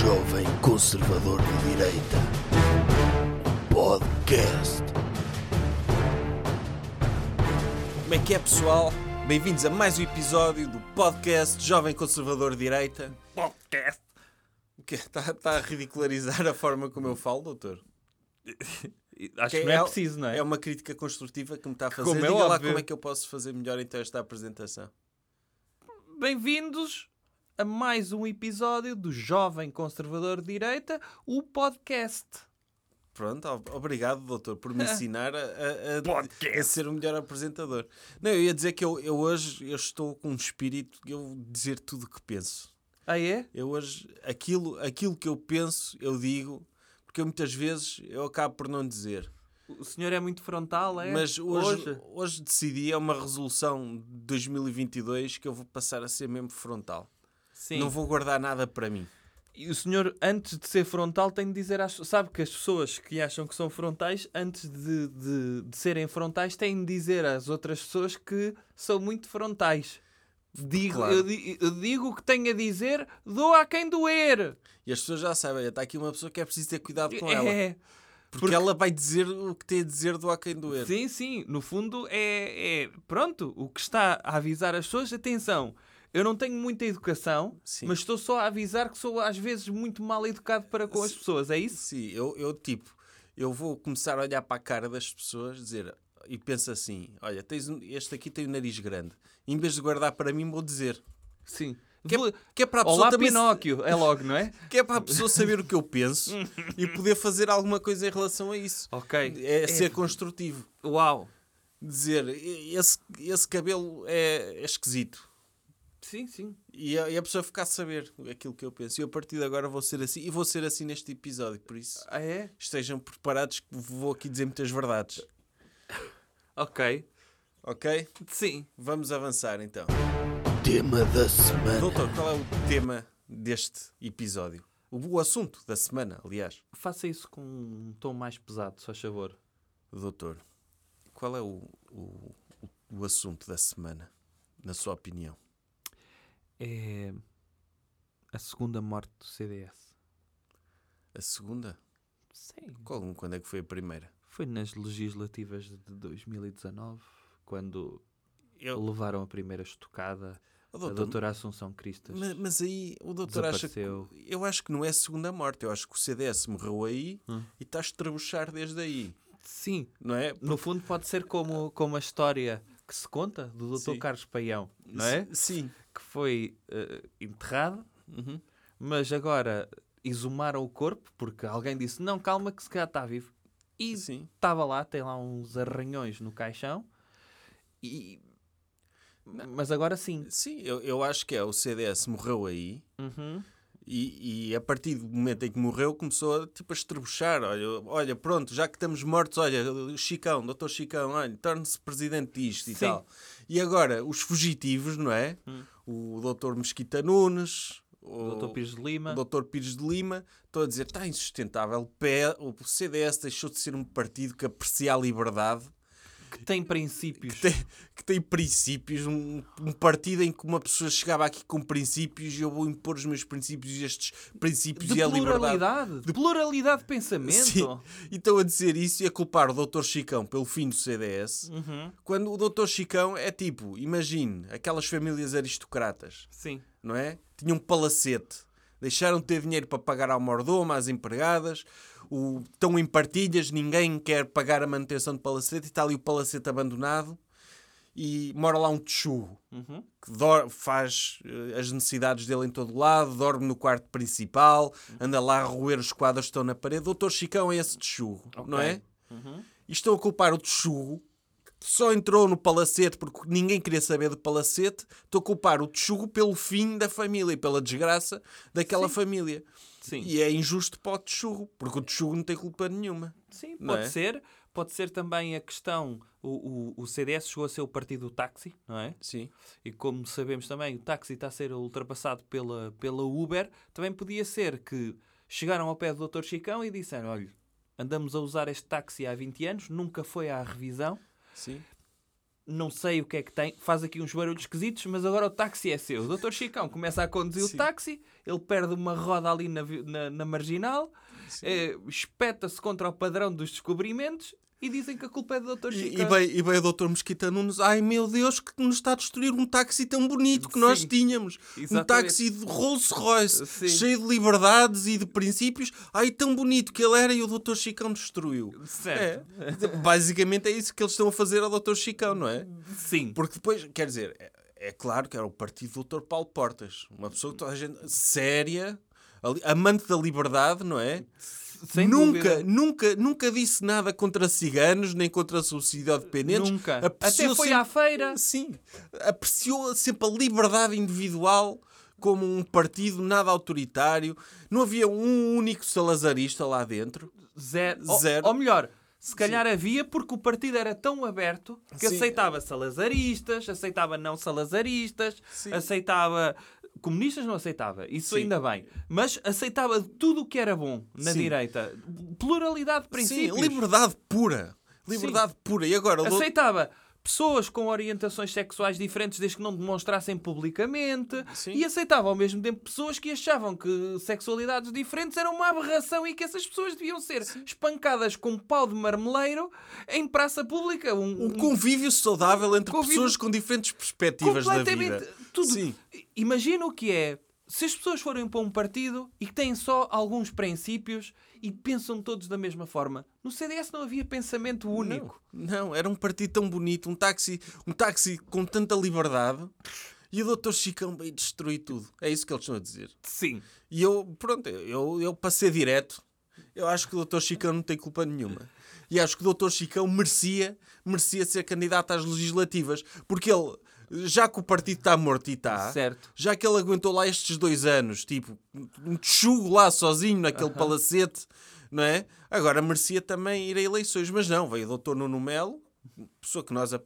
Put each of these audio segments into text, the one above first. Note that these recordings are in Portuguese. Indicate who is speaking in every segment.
Speaker 1: Jovem Conservador de Direita. Podcast.
Speaker 2: Como é que é, pessoal? Bem-vindos a mais um episódio do podcast Jovem Conservador de Direita.
Speaker 3: podcast.
Speaker 2: Está tá a ridicularizar a forma como eu falo, doutor?
Speaker 3: Acho que não é, preciso, não é?
Speaker 2: É uma crítica construtiva que me está a fazer.
Speaker 3: como é
Speaker 2: Diga lá
Speaker 3: óbvio.
Speaker 2: como é que eu posso fazer melhor então esta apresentação.
Speaker 3: Bem-vindos a mais um episódio do Jovem Conservador de Direita, o podcast.
Speaker 2: Pronto, ob- obrigado, doutor, por me ensinar a, a- a-
Speaker 3: Podcast.
Speaker 2: a ser o melhor apresentador. Não, eu ia dizer que eu, eu hoje eu estou com um espírito de eu dizer tudo o que penso.
Speaker 3: Ah, é?
Speaker 2: Eu hoje, aquilo, aquilo que eu penso, eu digo, porque eu muitas vezes eu acabo por não dizer.
Speaker 3: O senhor é muito frontal, é?
Speaker 2: Mas hoje, hoje? decidi, é uma resolução de 2022 que eu vou passar a ser mesmo frontal.
Speaker 3: Sim.
Speaker 2: Não vou guardar nada para mim.
Speaker 3: E o senhor, antes de ser frontal, tem de dizer... Às... Sabe que as pessoas que acham que são frontais, antes de, de, de serem frontais, têm de dizer às outras pessoas que são muito frontais. Digo,
Speaker 2: Claro.
Speaker 3: eu, di- eu digo o que tenho a dizer, dou a quem doer.
Speaker 2: E as pessoas já sabem, está aqui uma pessoa que é preciso ter cuidado com ela.
Speaker 3: É.
Speaker 2: Porque, ela vai dizer o que tem a dizer do a quem doer.
Speaker 3: Sim, sim. No fundo, é, é- Pronto, o que está a avisar as pessoas, atenção. Eu não tenho muita educação,
Speaker 2: Sim.
Speaker 3: mas estou só a avisar que sou às vezes muito mal educado para com as pessoas, é isso?
Speaker 2: Sim, eu, eu tipo, eu vou começar a olhar para a cara das pessoas dizer, e penso assim: olha, tens um- este aqui tem o nariz grande. Em vez de guardar para mim, vou dizer.
Speaker 3: Sim.
Speaker 2: Que é,
Speaker 3: ah,
Speaker 2: que é para a pessoa
Speaker 3: Olá,
Speaker 2: também se-
Speaker 3: Pinóquio, é logo, não é?
Speaker 2: que é para a pessoa saber o que eu penso e poder fazer alguma coisa em relação a isso.
Speaker 3: Ok. É,
Speaker 2: É, ser construtivo.
Speaker 3: Uau.
Speaker 2: Dizer, "E- esse, esse cabelo é, é esquisito.
Speaker 3: Sim, sim.
Speaker 2: E a, e a pessoa ficar a saber aquilo que eu penso. E eu a partir de agora vou ser assim. E vou ser assim neste episódio. Por isso,
Speaker 3: Ah, é?
Speaker 2: estejam preparados que vou aqui dizer muitas verdades.
Speaker 3: Ok.
Speaker 2: Ok?
Speaker 3: Sim.
Speaker 2: Vamos avançar então.
Speaker 1: Tema da semana.
Speaker 2: Doutor, qual é o tema deste episódio? O, o assunto da semana, aliás.
Speaker 3: Faça isso com um tom mais pesado, se faz favor.
Speaker 2: Doutor, qual é o, o, o assunto da semana, na sua opinião?
Speaker 3: É. A segunda morte do CDS.
Speaker 2: A segunda?
Speaker 3: Sim.
Speaker 2: Qual, quando é que foi a primeira?
Speaker 3: Foi nas legislativas de 2019, quando
Speaker 2: Eu,
Speaker 3: levaram a primeira estocada
Speaker 2: o
Speaker 3: a doutora Assunção Cristas.
Speaker 2: Oh, ma- mas, aí o doutor acha que.
Speaker 3: Desapareceu.
Speaker 2: Eu acho que não é a segunda morte. Eu acho que o CDS morreu aí
Speaker 3: Hum.
Speaker 2: e está a estrebuchar desde aí.
Speaker 3: Sim,
Speaker 2: Não é?
Speaker 3: no fundo pode ser como, como a história que se conta do doutor
Speaker 2: Sim.
Speaker 3: Carlos Paião, não é?
Speaker 2: S- Sim.
Speaker 3: Que foi eh, enterrado,
Speaker 2: Uhum.
Speaker 3: mas agora exumaram o corpo porque alguém disse, não, calma que se calhar está vivo. E
Speaker 2: Sim.
Speaker 3: estava lá, tem lá uns arranhões no caixão e... Mas agora sim.
Speaker 2: Sim, eu, eu acho que é. O CDS morreu aí.
Speaker 3: Uhum.
Speaker 2: E, e a partir do momento em que morreu, começou a, tipo, a estrebuchar. Olha, olha, pronto, já que estamos mortos, olha, Chicão, doutor Chicão, olha, torne-se presidente disto e
Speaker 3: Sim.
Speaker 2: tal. E agora, os fugitivos, não é? O doutor Mesquita Nunes,
Speaker 3: O Dr. Pires de Lima.
Speaker 2: o doutor Pires de Lima, estão a dizer, está insustentável, Pe- o CDS deixou de ser um partido que aprecia a liberdade
Speaker 3: que tem princípios.
Speaker 2: tem- que tem princípios, um, um partido em que uma pessoa chegava aqui com princípios e eu vou impor os meus princípios e estes princípios
Speaker 3: De
Speaker 2: e é a liberdade.
Speaker 3: pluralidade, de pluralidade de pensamento.
Speaker 2: Sim. E estão a dizer isso e a culpar o Dr. Chicão pelo fim do CDS,
Speaker 3: Uhum.
Speaker 2: quando o Dr. Chicão é tipo, imagine, aquelas famílias aristocratas,
Speaker 3: Sim.
Speaker 2: não é? Tinham um palacete, deixaram de ter dinheiro para pagar ao mordomo, às empregadas, o, estão em partilhas, ninguém quer pagar a manutenção do palacete e está ali o palacete abandonado e mora lá um texugo
Speaker 3: Uhum.
Speaker 2: que dor- faz eh, as necessidades dele em todo lado, dorme no quarto principal, anda lá a roer os quadros que estão na parede. Doutor Chicão é esse texugo, não é? E estão a culpar o texugo, que só entrou no palacete porque ninguém queria saber do palacete. Estão a culpar o texugo pelo fim da família e pela desgraça daquela família.
Speaker 3: Sim.
Speaker 2: E é injusto para o texugo, porque o texugo não tem culpa nenhuma.
Speaker 3: Sim,
Speaker 2: Não
Speaker 3: pode
Speaker 2: é?
Speaker 3: ser. Pode ser também a questão. O, o, o CDS chegou a ser o partido do táxi, não é?
Speaker 2: Sim.
Speaker 3: E como sabemos também, o táxi está a ser ultrapassado pela, pela Uber. Também podia ser que chegaram ao pé do Dr. Chicão e disseram: olha, andamos a usar este táxi há 20 anos, nunca foi à revisão.
Speaker 2: Sim.
Speaker 3: não sei o que é que tem, faz aqui uns barulhos esquisitos, mas agora o táxi é seu. O Dr. Chicão começa a conduzir
Speaker 2: Sim.
Speaker 3: o táxi, ele perde uma roda ali na, vi- na, na marginal, eh, espeta-se contra o padrão dos descobrimentos e dizem que a culpa é do
Speaker 2: E,
Speaker 3: Dr. Chicão.
Speaker 2: e veio, e veio o doutor Mosquita Nunes, ai meu Deus, que nos está a destruir um táxi tão bonito que nós
Speaker 3: Sim.
Speaker 2: tínhamos. Um
Speaker 3: Exatamente.
Speaker 2: táxi de Rolls Royce,
Speaker 3: Sim.
Speaker 2: cheio de liberdades e de princípios, ai tão bonito que ele era e o doutor Chicão destruiu.
Speaker 3: Certo.
Speaker 2: É. Basicamente é isso que eles estão a fazer ao doutor Chicão, não é?
Speaker 3: Sim.
Speaker 2: Porque depois, quer dizer, é, é claro que era o partido do doutor Paulo Portas, uma pessoa que toda a gente séria, ali- amante da liberdade, não é?
Speaker 3: Sem
Speaker 2: nunca,
Speaker 3: dúvida.
Speaker 2: nunca, nunca disse nada contra ciganos nem contra subsidiodependentes.
Speaker 3: Nunca.
Speaker 2: Apreciou
Speaker 3: Até foi
Speaker 2: sempre-
Speaker 3: à feira.
Speaker 2: Sim, apreciou sempre a liberdade individual como um partido nada autoritário. Não havia um único salazarista lá dentro.
Speaker 3: Zero. Ou-
Speaker 2: Zero.
Speaker 3: Ou, melhor, se calhar havia porque o partido era tão aberto que
Speaker 2: Sim.
Speaker 3: aceitava salazaristas, aceitava não salazaristas,
Speaker 2: Sim.
Speaker 3: aceitava. Comunistas não aceitava, isso
Speaker 2: Sim.
Speaker 3: ainda bem. Mas aceitava tudo o que era bom na
Speaker 2: Sim.
Speaker 3: direita. Pluralidade de princípios.
Speaker 2: Sim, liberdade pura. Liberdade pura. E agora, o
Speaker 3: Aceitava pessoas com orientações sexuais diferentes desde que não demonstrassem publicamente
Speaker 2: Sim.
Speaker 3: e aceitava ao mesmo tempo pessoas que achavam que sexualidades diferentes eram uma aberração e que essas pessoas deviam ser espancadas com um pau de marmeleiro em praça pública. Um,
Speaker 2: um
Speaker 3: um-
Speaker 2: convívio saudável entre
Speaker 3: Convívio-
Speaker 2: pessoas com diferentes perspectivas da
Speaker 3: completamente
Speaker 2: vida.
Speaker 3: tudo.
Speaker 2: Sim.
Speaker 3: Imagina o que é se as pessoas forem para um partido e que têm só alguns princípios e pensam todos da mesma forma. No CDS não havia pensamento único.
Speaker 2: Não, não, era um partido tão bonito, um táxi, um táxi com tanta liberdade. E o Dr. Chicão veio destruir tudo. É isso que eles estão a dizer.
Speaker 3: Sim.
Speaker 2: E eu, pronto, eu, eu passei direto. Eu acho que o Dr. Chicão não tem culpa nenhuma. E acho que o Dr. Chicão merecia, merecia ser candidato às legislativas. Porque ele, já que o partido está morto e está,
Speaker 3: Certo.
Speaker 2: já que ele aguentou lá estes dois anos, tipo, um tchugo lá sozinho naquele palacete, não é? Agora merecia também ir a eleições, mas não, veio o doutor Nuno Melo, pessoa que nós, a-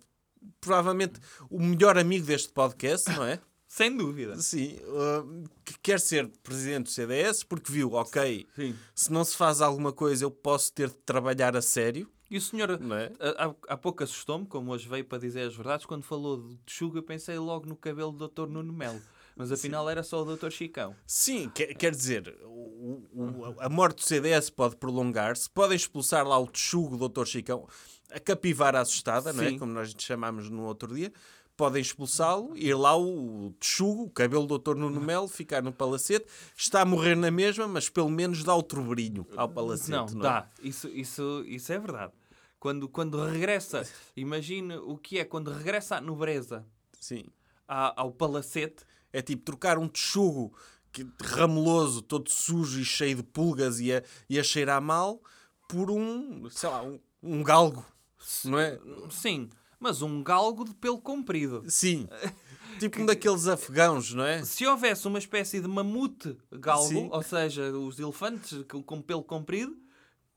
Speaker 2: provavelmente, o melhor amigo deste podcast, não é?
Speaker 3: Sem dúvida.
Speaker 2: Sim, uh, que quer ser presidente do CDS porque viu, ok,
Speaker 3: Sim.
Speaker 2: se não se faz alguma coisa eu posso ter de trabalhar a sério,
Speaker 3: E o senhor
Speaker 2: não é?
Speaker 3: há, há- há pouco assustou-me, como hoje veio para dizer as verdades, quando falou de Tchuga, pensei logo no cabelo do Dr. Nuno Melo. Mas afinal era só o Dr. Chicão.
Speaker 2: Sim, quer, quer dizer, o- o- a morte do CDS pode prolongar-se, podem expulsar lá o tchugo do Dr. Chicão, a capivara assustada, não é?
Speaker 3: Sim.
Speaker 2: Como nós lhe chamámos no outro dia. Podem expulsá-lo, ir lá o tchugo, o cabelo do Dr. Nuno Melo, ficar no palacete. Está a morrer na mesma, mas pelo menos dá outro brilho ao palacete.
Speaker 3: Não,
Speaker 2: Não, é?
Speaker 3: dá. Isso, isso, isso é verdade. Quando, quando regressa, imagine o que é quando regressa à nobreza,
Speaker 2: Sim.
Speaker 3: à- ao palacete,
Speaker 2: É tipo trocar um texugo que, rameloso, todo sujo e cheio de pulgas e a, e a cheirar mal, por um, sei lá, um, um galgo. Não é?
Speaker 3: sim, mas um galgo de pelo comprido.
Speaker 2: Sim. Tipo um daqueles afegãos, não é?
Speaker 3: Se houvesse uma espécie de mamute galgo,
Speaker 2: Sim.
Speaker 3: ou seja, os elefantes com- com pelo comprido,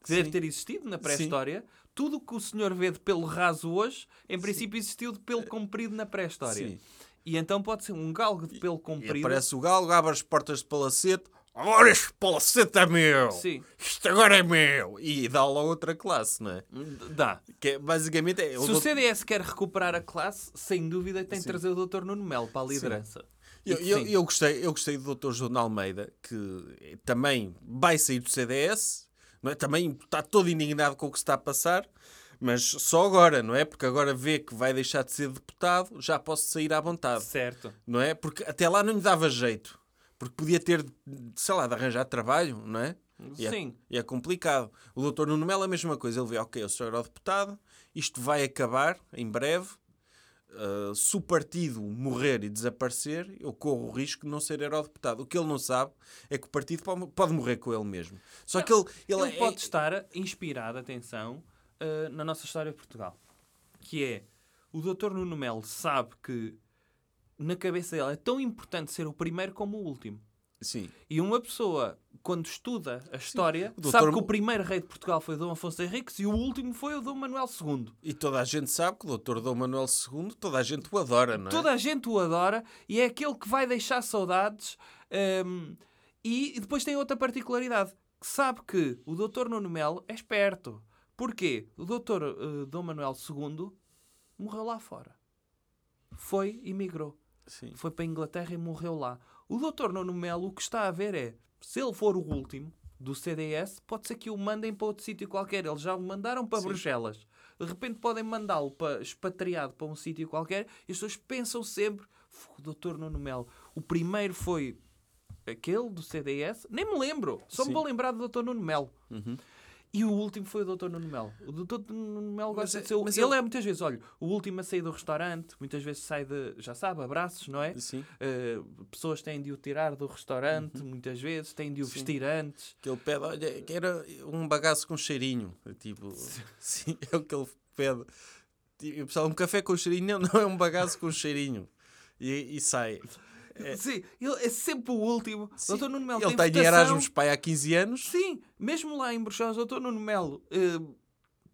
Speaker 3: que deve
Speaker 2: Sim.
Speaker 3: ter existido na pré-história, tudo o que o senhor vê de pelo raso hoje, em princípio existiu de pelo comprido na pré-história.
Speaker 2: Sim.
Speaker 3: E então pode ser um galgo de pelo
Speaker 2: E
Speaker 3: comprido.
Speaker 2: aparece o galgo, abre as portas de palacete. Agora este palacete é meu!
Speaker 3: Sim.
Speaker 2: Isto agora é meu! E dá lá outra classe, não é?
Speaker 3: D- Hum, Dá.
Speaker 2: Que é, basicamente é.
Speaker 3: Se o CDS quer recuperar a classe, sem dúvida tem de trazer o Dr. Nuno Melo para a liderança. E
Speaker 2: Eu,
Speaker 3: que
Speaker 2: eu,
Speaker 3: sim.
Speaker 2: eu gostei, eu gostei do Dr. João Almeida, que também vai sair do CDS, não é? também está todo indignado com o que se está a passar, mas só agora, não é? Porque agora vê que vai deixar de ser deputado, já posso sair à vontade,
Speaker 3: Certo.
Speaker 2: não é? Porque até lá não lhe dava jeito, porque podia ter, sei lá, de arranjar trabalho, não é? E é,
Speaker 3: Sim.
Speaker 2: e é complicado. O Dr. Nuno Melo é a mesma coisa, ele vê, ok, eu sou eurodeputado, isto vai acabar em breve, Uh, se o partido morrer e desaparecer, eu corro o risco de não ser eurodeputado. O que ele não sabe é que o partido pode, pode morrer com ele mesmo. Só que ele, ele,
Speaker 3: Ele,
Speaker 2: é-
Speaker 3: pode estar inspirado, atenção, eh, na nossa história de Portugal. Que é, o Dr. Nuno Melo sabe que na cabeça dele é tão importante ser o primeiro como o último.
Speaker 2: Sim,
Speaker 3: E uma pessoa, quando estuda a história,
Speaker 2: O
Speaker 3: sabe
Speaker 2: Dr.
Speaker 3: que o primeiro rei de Portugal foi Dom Afonso Henriques e o último foi o Dom Manuel II.
Speaker 2: e toda a gente sabe que o Dr. Dom Manuel II, toda a gente o adora, não é?
Speaker 3: Toda a gente o adora e é aquele que vai deixar saudades. hum, e depois tem outra particularidade. que Sabe que o Dr. Nuno Melo é esperto. Porquê? O Dr. eh, Dom Manuel II morreu lá fora. Foi e migrou.
Speaker 2: Sim.
Speaker 3: Foi para a Inglaterra e morreu lá. O doutor Nuno Melo o que está a ver é, se ele for o último do CDS, pode ser que o mandem para outro sítio qualquer. Eles já o mandaram para Bruxelas. De repente podem mandá-lo para, expatriado para um sítio qualquer e as pessoas pensam sempre, "Fu, o doutor Nuno Melo, o primeiro foi aquele do CDS, nem me lembro, só me
Speaker 2: Sim. Uhum.
Speaker 3: vou lembrar do doutor Nuno Melo. E o último foi o Dr. Nuno Melo. O Dr. Nuno Melo
Speaker 2: Mas
Speaker 3: gosta
Speaker 2: é-
Speaker 3: de ser o...
Speaker 2: mas
Speaker 3: Ele
Speaker 2: ele-
Speaker 3: é muitas vezes, olha, o último a sair do restaurante, muitas vezes sai de, já sabe, abraços, não é?
Speaker 2: Sim. Uhum.
Speaker 3: Eh, pessoas têm de o tirar do restaurante, muitas vezes, têm de o vestir antes.
Speaker 2: Que ele pede, olha, quero um bagaço com cheirinho. É Tipo, sim, é o que ele pede. Tipo, o pessoal, um café com cheirinho? Não, não, é um bagaço com cheirinho. E, e sai.
Speaker 3: Sim, ele é sempre o último.
Speaker 2: Sim.
Speaker 3: O Dr. Nuno Melo
Speaker 2: Ele
Speaker 3: tem
Speaker 2: está em
Speaker 3: votação.
Speaker 2: Erasmus Pai há 15 anos.
Speaker 3: Sim, mesmo lá em Bruxelas, o Dr. Nuno Melo eh,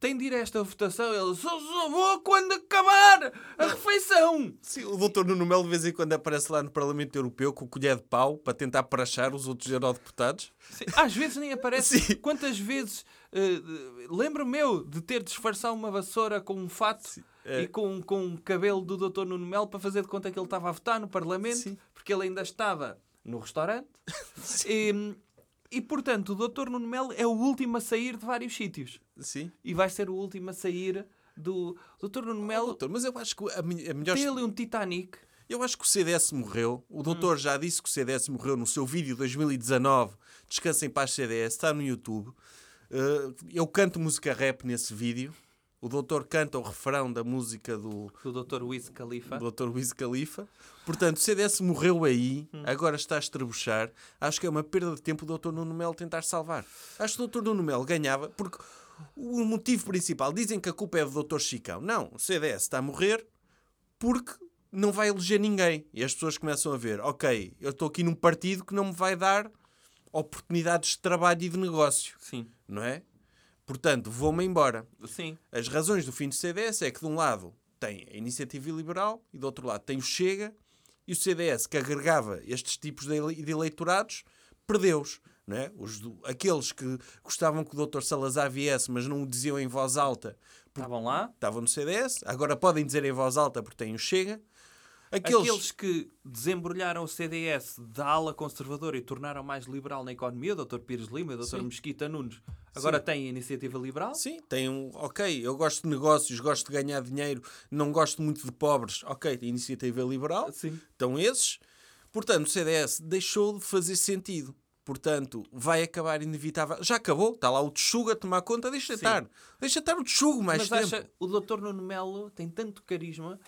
Speaker 3: tem de ir a esta votação. Ele só, só vou quando acabar a refeição.
Speaker 2: Sim, o doutor Nuno Melo de vez em quando aparece lá no Parlamento Europeu com o colher de pau para tentar prachar os outros eurodeputados.
Speaker 3: Sim, Às vezes nem aparece.
Speaker 2: Sim.
Speaker 3: Quantas vezes eh, de- lembro-me eu de ter disfarçado uma vassoura com um fato
Speaker 2: é.
Speaker 3: e com, com o cabelo do Dr. Nuno Melo para fazer de conta que ele estava a votar no Parlamento,
Speaker 2: Sim.
Speaker 3: porque ele ainda estava no restaurante. e, e portanto, o Dr. Nuno Melo é o último a sair de vários sítios
Speaker 2: Sim.
Speaker 3: e vai ser o último a sair do o Dr. Nuno Melo.
Speaker 2: Oh, Doutor, mas eu acho que a, mi- a melhor
Speaker 3: Tem ali um Titanic.
Speaker 2: Eu acho que o CDS morreu. O doutor já disse que o CDS morreu no seu vídeo 2019. Descansa em paz, CDS. Está no YouTube. Uh, eu canto música rap nesse vídeo. O doutor canta o refrão da música do,
Speaker 3: Do Dr. Wiz Khalifa.
Speaker 2: do Dr. Wiz Khalifa. Portanto, o CDS morreu aí, agora está a estrebuchar. Acho que é uma perda de tempo o Dr. Nuno Melo tentar salvar. Acho que o Dr. Nuno Melo ganhava, porque o motivo principal, dizem que a culpa é do Dr. Chicão. Não, o CDS está a morrer porque não vai eleger ninguém. E as pessoas começam a ver, ok, eu estou aqui num partido que não me vai dar oportunidades de trabalho e de negócio,
Speaker 3: Sim.
Speaker 2: não é? Portanto, vou-me embora.
Speaker 3: Sim.
Speaker 2: As razões do fim do CDS é que, de um lado, tem a iniciativa liberal e, do outro lado, tem o Chega. E o CDS, que agregava estes tipos de ele- de eleitorados, perdeu-os. não é? Os do- aqueles que gostavam que o Dr. Salazar viesse, mas não o diziam em voz alta, porque
Speaker 3: Estavam lá.
Speaker 2: estavam no CDS, agora podem dizer em voz alta porque têm o Chega. Aqueles,
Speaker 3: Aqueles que desembrulharam o CDS da ala conservadora e tornaram mais liberal na economia, o Dr. Pires Lima e o Dr.
Speaker 2: Sim.
Speaker 3: Mesquita Nunes, agora têm a iniciativa liberal.
Speaker 2: Sim, tem um. Ok, eu gosto de negócios, gosto de ganhar dinheiro, não gosto muito de pobres. Ok, tem iniciativa é liberal.
Speaker 3: Sim.
Speaker 2: Estão esses. Portanto, o CDS deixou de fazer sentido. Portanto, vai acabar inevitável. Já acabou, está lá o Tchuga a tomar conta, deixa estar. Deixa estar o Tchugo mais
Speaker 3: Mas
Speaker 2: tempo.
Speaker 3: acha, o Dr. Nuno Melo tem tanto carisma,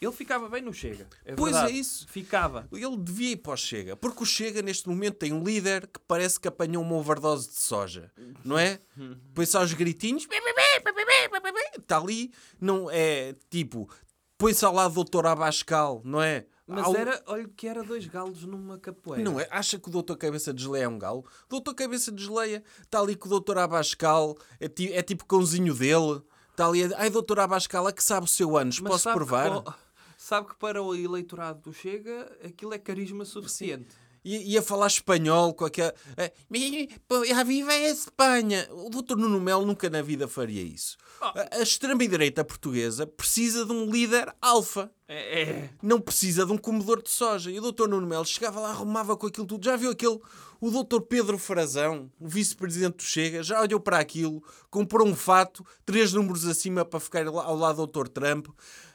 Speaker 3: ele ficava bem no Chega. É
Speaker 2: Pois é
Speaker 3: verdade.
Speaker 2: isso.
Speaker 3: Ficava.
Speaker 2: Ele devia ir para o Chega, porque o Chega neste momento tem um líder que parece que apanhou uma overdose de soja, não é? Põe-se aos gritinhos, está ali, não é tipo, põe-se ao lado do doutor Abascal, não é?
Speaker 3: Mas
Speaker 2: Ao-
Speaker 3: era, olha, que era dois galos numa capoeira.
Speaker 2: Não é? Acha que o doutor Cabeça de Geleia é um galo? O doutor Cabeça de Geleia está ali com o doutor Abascal, é, ti- é tipo cãozinho dele, está ali, a- ai doutor Abascal, é que sabe o seu anos,
Speaker 3: Mas
Speaker 2: posso
Speaker 3: sabe que
Speaker 2: provar?
Speaker 3: po- sabe que para o eleitorado do Chega, aquilo é carisma suficiente.
Speaker 2: I- ia falar espanhol com aquela. É, "Mi- pô, a viva é a Espanha! O doutor Nuno Melo nunca na vida faria isso. A- A extrema-direita portuguesa precisa de um líder alfa.
Speaker 3: É, é.
Speaker 2: Não precisa de um comedor de soja. E o doutor Nuno Melo chegava lá, arrumava com aquilo tudo. Já viu aquele. O doutor Pedro Frazão, o vice-presidente do Chega, já olhou para aquilo, comprou um fato, três números acima para ficar lá- ao lado do doutor Trump,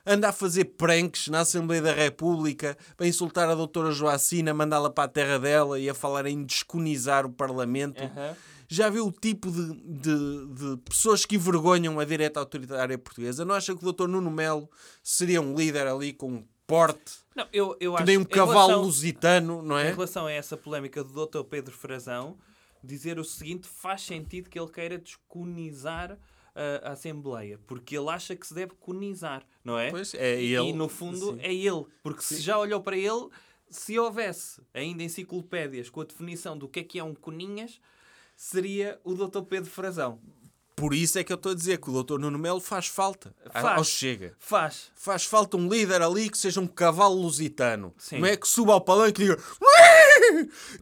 Speaker 2: anda a fazer pranks na Assembleia da República para insultar a doutora Joacina, mandá-la para a terra dela e a falar em desconizar o Parlamento.
Speaker 3: Aham.
Speaker 2: Já viu o tipo de, de- de pessoas que envergonham a direita autoritária portuguesa? Não acha que o doutor Nuno Melo seria um líder ali com um porte,
Speaker 3: Não, eu, eu
Speaker 2: que
Speaker 3: acho
Speaker 2: nem um
Speaker 3: em
Speaker 2: cavalo
Speaker 3: relação-
Speaker 2: lusitano, não
Speaker 3: Em
Speaker 2: é?
Speaker 3: relação a essa polémica do Dr. Pedro Frazão, dizer o seguinte: faz sentido que ele queira desconizar ah, a Assembleia, porque ele acha que se deve conizar, não é?
Speaker 2: Pois, é
Speaker 3: E-
Speaker 2: ele,
Speaker 3: E no fundo
Speaker 2: sim.
Speaker 3: é ele, porque se já olhou para ele, se houvesse ainda enciclopédias com a definição do que é que é um coninhas, seria o Dr. Pedro Frazão.
Speaker 2: Por isso é que eu estou a dizer que o doutor Nuno Melo faz falta a-
Speaker 3: Faz.
Speaker 2: ao Ah, Chega.
Speaker 3: Faz.
Speaker 2: Faz falta um líder ali que seja um cavalo lusitano.
Speaker 3: Sim.
Speaker 2: Não é que suba ao palanque e diga...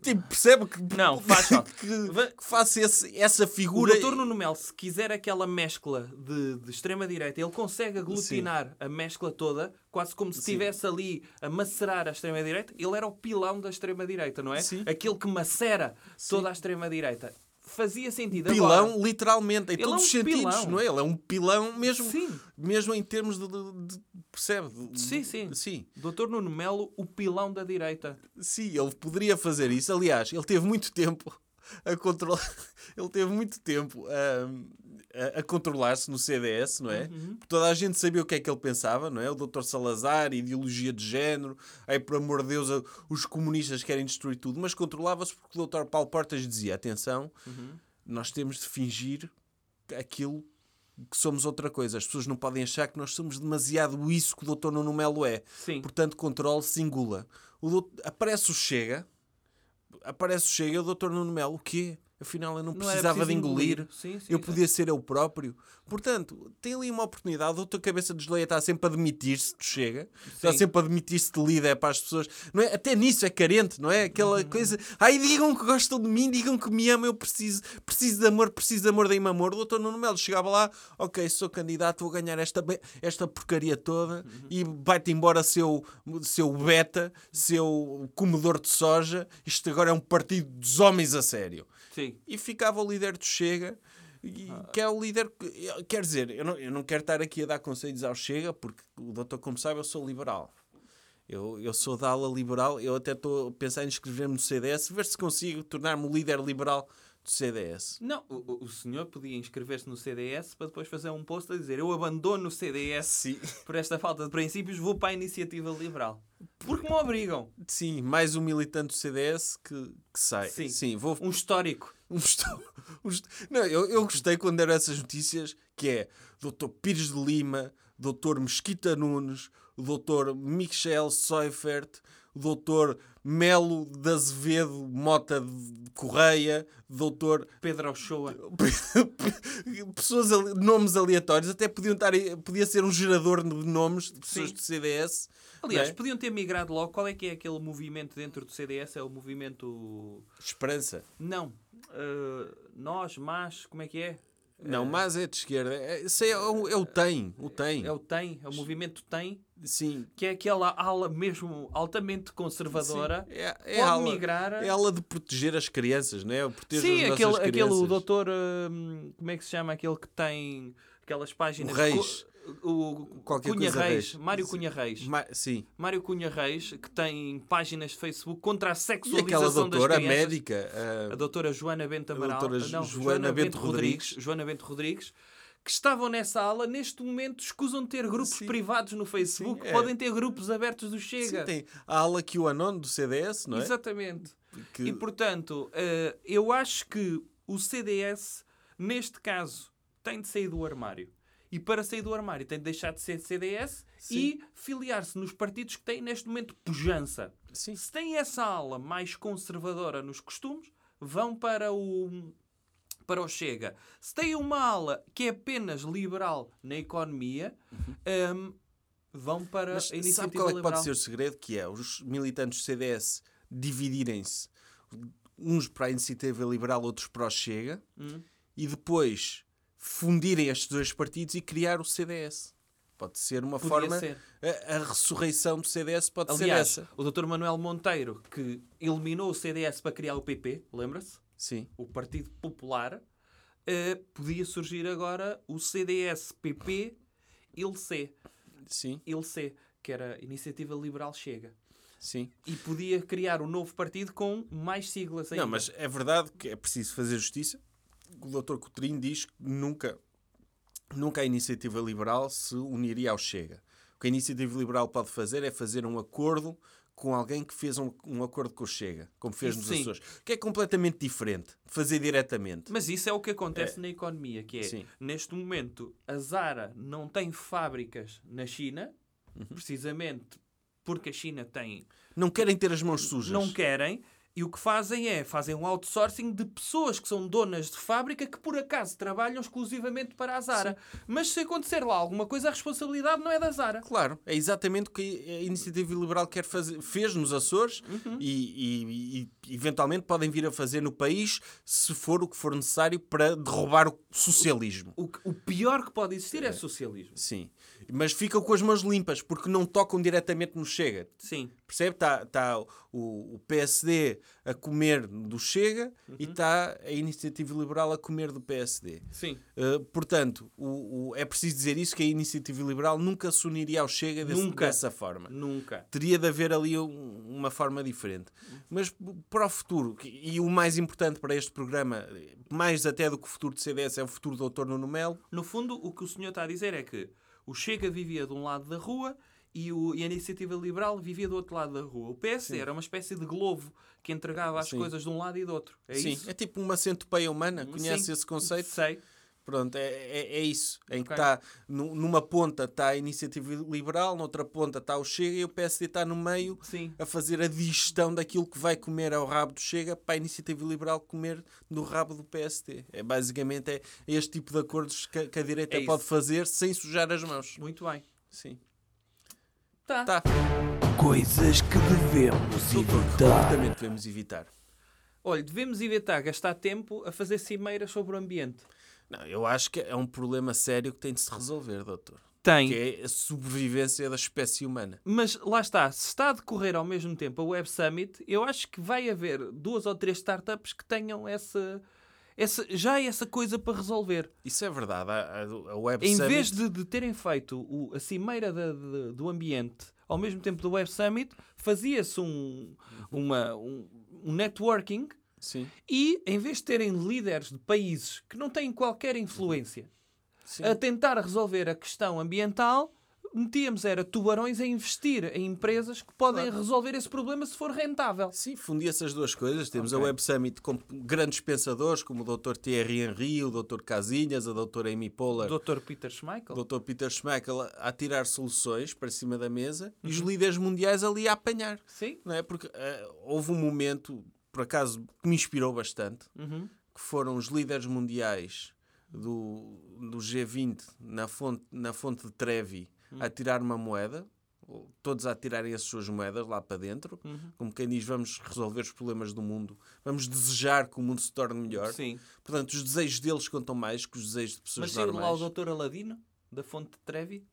Speaker 2: Tipo, percebe que...
Speaker 3: Não, faz falta.
Speaker 2: que,
Speaker 3: Va-
Speaker 2: que faça esse- essa
Speaker 3: O
Speaker 2: figura...
Speaker 3: doutor Nuno Melo, se quiser aquela mescla de, de extrema-direita, ele consegue aglutinar a mescla toda, quase como se estivesse ali a macerar a extrema-direita. Ele era o pilão da extrema-direita, não é?
Speaker 2: Sim.
Speaker 3: Aquele que macera toda a extrema-direita. Fazia sentido.
Speaker 2: pilão,
Speaker 3: Agora,
Speaker 2: literalmente, em
Speaker 3: Ele é
Speaker 2: todos
Speaker 3: um
Speaker 2: os sentidos,
Speaker 3: pilão.
Speaker 2: não é? Ele é um pilão mesmo,
Speaker 3: Sim.
Speaker 2: mesmo em termos de... de- de- percebe? De-
Speaker 3: Sim, sim.
Speaker 2: Sim.
Speaker 3: Doutor Nuno Melo, o pilão da direita.
Speaker 2: Sim, ele poderia fazer isso. Aliás, ele teve muito tempo a controlar. Ele teve muito tempo a, a- a controlar-se no CDS, não é? Porque Toda a gente sabia o que é que ele pensava, não é? O Dr. Salazar, ideologia de género, aí por amor de Deus, a- os comunistas querem destruir tudo, mas controlava-se porque o Dr. Paulo Portas dizia: atenção, nós temos de fingir aquilo que somos outra coisa. As pessoas não podem achar que nós somos demasiado isso que o Dr. Nuno Melo é.
Speaker 3: Sim.
Speaker 2: Portanto, controle singula. O dout- Aparece o Chega. Aparece o Chega e o doutor Nuno Melo. O quê? Afinal, eu não,
Speaker 3: Não era
Speaker 2: precisava de
Speaker 3: preciso
Speaker 2: engolir.
Speaker 3: Sim, sim,
Speaker 2: eu
Speaker 3: sim.
Speaker 2: podia ser eu próprio. Portanto, tem ali uma oportunidade. O doutor Cabeça Desleia está sempre a demitir-se do Chega. Está
Speaker 3: Sim.
Speaker 2: sempre a demitir-se de líder para as pessoas. Não é? Até nisso é carente, não é? Aquela
Speaker 3: Uhum.
Speaker 2: coisa... Ai, digam que gostam de mim, digam que me amam, eu preciso, preciso de amor, preciso de amor, dei-me amor. O doutor Nuno Melo chegava lá, ok, sou candidato, vou ganhar esta, be- esta porcaria toda
Speaker 3: Uhum.
Speaker 2: e vai-te embora seu, seu beta, seu comedor de soja. Isto agora é um partido dos homens a sério
Speaker 3: Sim.
Speaker 2: e ficava o líder do Chega, e- que é o líder. que- Quer dizer, eu não, eu não quero estar aqui a dar conselhos ao Chega, porque o doutor, como sabe, eu sou liberal. Eu, eu sou da ala liberal, eu até estou a pensar em inscrever-me no CDS, ver se consigo tornar-me o líder liberal do CDS.
Speaker 3: Não, o, o- o senhor podia inscrever-se no CDS para depois fazer um post a dizer eu abandono o CDS
Speaker 2: Sim.
Speaker 3: por esta falta de princípios, vou para a iniciativa liberal. Porque me obrigam.
Speaker 2: Sim, mais um militante do CDS que, que sai.
Speaker 3: Sim.
Speaker 2: vou.
Speaker 3: Um histórico.
Speaker 2: Um esto- um esto- Não, eu, eu gostei quando deram essas notícias que é Dr. Pires de Lima, Dr. Mesquita Nunes, Dr. Michel Seufert, Dr. Melo de Azevedo Mota de Correia, Dr.
Speaker 3: Pedro Ochoa.
Speaker 2: pessoas ale- nomes aleatórios, até podiam estar aí- podia ser um gerador de nomes de pessoas
Speaker 3: Sim.
Speaker 2: do CDS.
Speaker 3: Aliás,
Speaker 2: não é?
Speaker 3: podiam ter migrado logo. Qual é que é aquele movimento dentro do CDS? É o movimento.
Speaker 2: Esperança.
Speaker 3: Não. Eh, nós, mas, como é que é?
Speaker 2: Não, mas é de esquerda. É, isso é, é o é o tem, o tem.
Speaker 3: É o TEM, é o movimento TEM,
Speaker 2: Sim,
Speaker 3: que é aquela ala mesmo altamente conservadora.
Speaker 2: Sim, é,
Speaker 3: Pode
Speaker 2: ela,
Speaker 3: migrar a-
Speaker 2: É ela de proteger as crianças, não é? Proteger
Speaker 3: Sim,
Speaker 2: as
Speaker 3: aquele,
Speaker 2: nossas
Speaker 3: aquele
Speaker 2: crianças.
Speaker 3: doutor. hum, como é que se chama? Aquele que tem aquelas páginas.
Speaker 2: O Reis.
Speaker 3: co- O
Speaker 2: Qualquer
Speaker 3: Cunha
Speaker 2: coisa
Speaker 3: Reis.
Speaker 2: Reis.
Speaker 3: Mário Cunha Reis.
Speaker 2: Ma- Sim.
Speaker 3: Mário Cunha Reis, que tem páginas de Facebook contra a
Speaker 2: E
Speaker 3: sexualização
Speaker 2: aquela doutora,
Speaker 3: das
Speaker 2: a
Speaker 3: crianças.
Speaker 2: médica. ah,
Speaker 3: A doutora Joana Bento Amaral.
Speaker 2: doutora
Speaker 3: Ah, não,
Speaker 2: Joana Bento Rodrigues.
Speaker 3: Joana Bento Rodrigues. Que estavam nessa ala, neste momento escusam de ter grupos
Speaker 2: Sim.
Speaker 3: privados no Facebook,
Speaker 2: Sim, é.
Speaker 3: podem ter grupos abertos do Chega.
Speaker 2: sim, tem a ala que o Anon do CDS, não é?
Speaker 3: Exatamente.
Speaker 2: Que-
Speaker 3: E portanto, eh, eu acho que o CDS, neste caso, tem de sair do armário. E para sair do armário tem de deixar de ser CDS e filiar-se nos partidos que têm neste momento pujança.
Speaker 2: Sim.
Speaker 3: Se tem essa ala mais conservadora nos costumes, vão para o para o Chega. Se tem uma ala que é apenas liberal na economia, ehm, vão para
Speaker 2: Mas
Speaker 3: a iniciativa
Speaker 2: sabe qual é que
Speaker 3: liberal.
Speaker 2: pode ser o segredo? Que é os militantes do CDS dividirem-se. Uns para a iniciativa liberal, outros para o Chega.
Speaker 3: Hum.
Speaker 2: E depois fundirem estes dois partidos e criar o CDS. Pode ser uma
Speaker 3: Podia
Speaker 2: forma...
Speaker 3: ser.
Speaker 2: A, a ressurreição do CDS pode
Speaker 3: Aliás,
Speaker 2: ser essa.
Speaker 3: o Dr. Manuel Monteiro, que eliminou o CDS para criar o PP, lembra-se?
Speaker 2: Sim.
Speaker 3: O Partido Popular, eh, podia surgir agora o CDS-PP ILC,
Speaker 2: Sim,
Speaker 3: ILC, que era Iniciativa Liberal Chega.
Speaker 2: sim.
Speaker 3: E podia criar um novo partido com mais siglas ainda.
Speaker 2: Não, mas é verdade que é preciso fazer justiça. O doutor Coutrinho diz que nunca, nunca a iniciativa liberal se uniria ao Chega. O que a iniciativa liberal pode fazer é fazer um acordo com alguém que fez um, um acordo com o Chega, como fez
Speaker 3: Isso
Speaker 2: nos
Speaker 3: sim.
Speaker 2: Açores. Que é completamente diferente. Fazer diretamente.
Speaker 3: Mas isso é o que acontece na economia, que é,
Speaker 2: Sim.
Speaker 3: neste momento, a Zara não tem fábricas na China,
Speaker 2: Uhum.
Speaker 3: precisamente porque a China tem
Speaker 2: Não querem ter as mãos sujas.
Speaker 3: não querem E o que fazem é, fazem um outsourcing de pessoas que são donas de fábrica que por acaso trabalham exclusivamente para a Zara. Mas se acontecer lá alguma coisa, a responsabilidade não é da Zara.
Speaker 2: Claro, é exatamente o que a Iniciativa Liberal quer fazer, fez nos Açores e, e- e eventualmente podem vir a fazer no país se for o que for necessário para derrubar o socialismo.
Speaker 3: O, que- o pior que pode existir é socialismo.
Speaker 2: Sim, mas ficam com as mãos limpas porque não tocam diretamente no Chega.
Speaker 3: Sim.
Speaker 2: Percebe? Está tá o, o PSD a comer do Chega e está a Iniciativa Liberal a comer do PSD.
Speaker 3: Sim.
Speaker 2: Uh, portanto, o- o- é preciso dizer isso que a Iniciativa Liberal nunca se uniria ao Chega desse-
Speaker 3: Nunca.
Speaker 2: dessa forma.
Speaker 3: Nunca.
Speaker 2: Teria de haver ali um- uma forma diferente. Mas p- para o futuro, que- e o mais importante para este programa, mais até do que o futuro do CDS, é o futuro do Dr. Nuno Melo.
Speaker 3: No fundo, o que o senhor está a dizer é que o Chega vivia de um lado da rua e, o- e a Iniciativa Liberal vivia do outro lado da rua. O PS era uma espécie de globo que entregava as
Speaker 2: Sim.
Speaker 3: coisas de um lado e do outro. É
Speaker 2: Sim,
Speaker 3: isso?
Speaker 2: é tipo uma centopeia humana. Conhece
Speaker 3: Sim.
Speaker 2: esse conceito?
Speaker 3: Sei.
Speaker 2: Pronto, é, é, é isso. Em que
Speaker 3: Ok.
Speaker 2: está nu- numa ponta está a iniciativa liberal, noutra ponta está o Chega e o PSD está tá no meio
Speaker 3: Sim.
Speaker 2: a fazer a digestão daquilo que vai comer ao rabo do Chega para a iniciativa liberal comer do rabo do PSD. É basicamente é este tipo de acordos que, a- que a direita
Speaker 3: É isso.
Speaker 2: pode fazer sem sujar as mãos.
Speaker 3: Muito bem.
Speaker 2: Sim.
Speaker 3: Tá.
Speaker 2: Tá.
Speaker 1: Coisas que devemos evitar.
Speaker 2: Completamente devemos evitar.
Speaker 3: Olha, devemos evitar gastar tempo a fazer cimeiras sobre o ambiente.
Speaker 2: Não, eu acho que é um problema sério que tem de se resolver, doutor.
Speaker 3: Tem.
Speaker 2: Que é a sobrevivência da espécie humana.
Speaker 3: Mas lá está, se está a decorrer ao mesmo tempo a Web Summit, eu acho que vai haver duas ou três startups que tenham essa, essa já essa coisa para resolver.
Speaker 2: Isso é verdade. A, a- a Web
Speaker 3: em
Speaker 2: Summit-
Speaker 3: vez de, de terem feito o- a cimeira da- de- do ambiente ao mesmo tempo do Web Summit, fazia-se um, uma- um, um networking
Speaker 2: Sim.
Speaker 3: e, em vez de terem líderes de países que não têm qualquer influência
Speaker 2: Sim.
Speaker 3: a tentar resolver a questão ambiental, metíamos era tubarões a investir em empresas que podem resolver esse problema se for rentável.
Speaker 2: Sim, fundia-se as duas coisas. Temos
Speaker 3: Ok.
Speaker 2: a Web Summit com grandes pensadores como o Dr. Thierry Henry, o Dr. Casilhas, a Dra. Amy Poehler,
Speaker 3: Dr. Peter Schmeichel.
Speaker 2: o Dr. Peter Schmeichel a- a tirar soluções para cima da mesa e os líderes mundiais ali a apanhar.
Speaker 3: Sim.
Speaker 2: Não é? Porque eh, houve um momento, por acaso, que me inspirou bastante,
Speaker 3: Uhum.
Speaker 2: que foram os líderes mundiais do, do G20 na fonte, na fonte de Trevi
Speaker 3: Hum.
Speaker 2: a tirar uma moeda, ou todos a tirarem as suas moedas lá para dentro,
Speaker 3: Uhum.
Speaker 2: como quem diz, vamos resolver os problemas do mundo, vamos desejar que o mundo se torne melhor.
Speaker 3: Sim.
Speaker 2: Portanto, os desejos deles contam mais que os desejos de
Speaker 3: Mas
Speaker 2: pessoas
Speaker 3: saiu lá
Speaker 2: normais.
Speaker 3: o Dr. Aladino, da fonte de Trevi.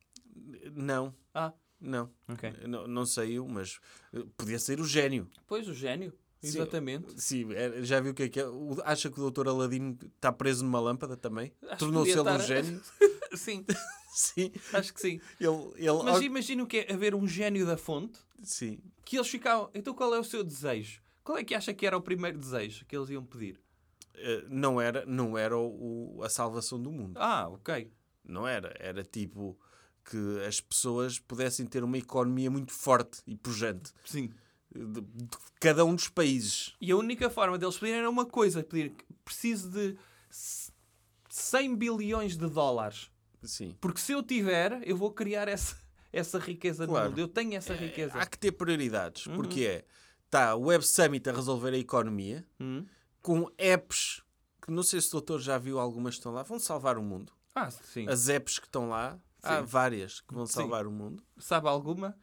Speaker 2: Não,
Speaker 3: Ah,
Speaker 2: não,
Speaker 3: ok.
Speaker 2: não, não saiu, mas eh, podia ser o gênio.
Speaker 3: Pois, o gênio.
Speaker 2: Sim.
Speaker 3: Exatamente.
Speaker 2: Sim, é- já viu o que é que é? O- Acha que o Dr. Aladino está preso numa lâmpada também?
Speaker 3: Acho que
Speaker 2: Tornou-se ele
Speaker 3: podia
Speaker 2: um
Speaker 3: estar-
Speaker 2: gênio?
Speaker 3: Sim,
Speaker 2: Sim.
Speaker 3: acho que sim.
Speaker 2: Ele, ele, ah,
Speaker 3: Mas imagino que é haver um gênio da fonte
Speaker 2: Sim.
Speaker 3: que eles ficavam. Então qual é o seu desejo? Qual é que acha que era o primeiro desejo que eles iam pedir?
Speaker 2: Eh, não era, não era o, o- a salvação do mundo.
Speaker 3: Ah, ok.
Speaker 2: Não era. Era tipo que as pessoas pudessem ter uma economia muito forte e pujante.
Speaker 3: Sim.
Speaker 2: De, de cada um dos países.
Speaker 3: E a única forma deles pedirem era uma coisa: pedir que preciso de c- 100 bilhões de dólares.
Speaker 2: Sim.
Speaker 3: Porque se eu tiver, eu vou criar essa, essa riqueza
Speaker 2: Claro. É,
Speaker 3: no mundo. Eu tenho essa riqueza.
Speaker 2: Há que ter prioridades.
Speaker 3: Uhum.
Speaker 2: Porque é. Está o Web Summit a resolver a economia
Speaker 3: Hum?
Speaker 2: com apps que não sei se o doutor já viu algumas que estão lá. Vão salvar o mundo.
Speaker 3: Ah, sim.
Speaker 2: As apps que estão lá. Há várias que vão salvar o mundo.
Speaker 3: Sabe alguma?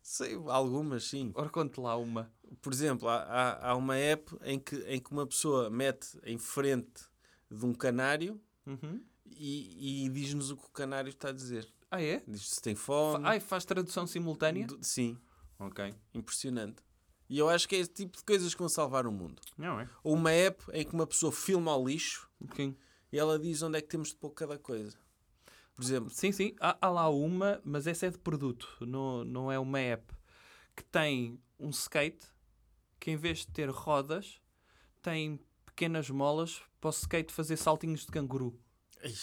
Speaker 2: Sei, algumas sim.
Speaker 3: Ora, conte lá uma.
Speaker 2: por exemplo, há, há, há uma app em que, em que uma pessoa mete em frente de um canário
Speaker 3: Uhum.
Speaker 2: e, e diz-nos o que o canário está a dizer.
Speaker 3: Ah, é?
Speaker 2: Diz se tem
Speaker 3: Fa-
Speaker 2: fome.
Speaker 3: Ai, faz tradução simultânea?
Speaker 2: do- sim,
Speaker 3: Ok.
Speaker 2: impressionante. E eu acho que é esse tipo de coisas que vão salvar o mundo.
Speaker 3: Não é?
Speaker 2: Ou uma app em que uma pessoa filma ao lixo
Speaker 3: Sim,
Speaker 2: e ela diz onde é que temos de pôr cada coisa. Por exemplo,
Speaker 3: sim. sim. Há, há lá uma, mas essa é de produto. Não, não é uma app. Que tem um skate que, em vez de ter rodas, tem pequenas molas para o skate fazer saltinhos de canguru.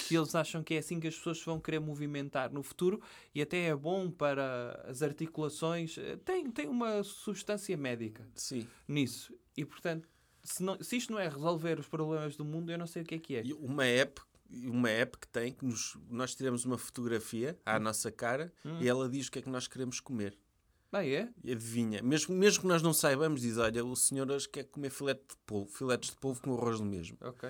Speaker 3: que eles acham que é assim que as pessoas se vão querer movimentar no futuro e até é bom para as articulações. Eh, Tem, tem uma substância médica
Speaker 2: sim.
Speaker 3: nisso. E portanto, se, não- se isto não é resolver os problemas do mundo, eu não sei o que é que é.
Speaker 2: E uma app uma app que tem que nos- nós tiramos uma fotografia à nossa cara e ela diz o que é que nós queremos comer
Speaker 3: Ah, é?
Speaker 2: E Adivinha. Mesmo, mesmo que nós não saibamos, diz: olha, o senhor hoje quer comer filete de polvo, filetes de polvo com arroz no mesmo.
Speaker 3: Ok.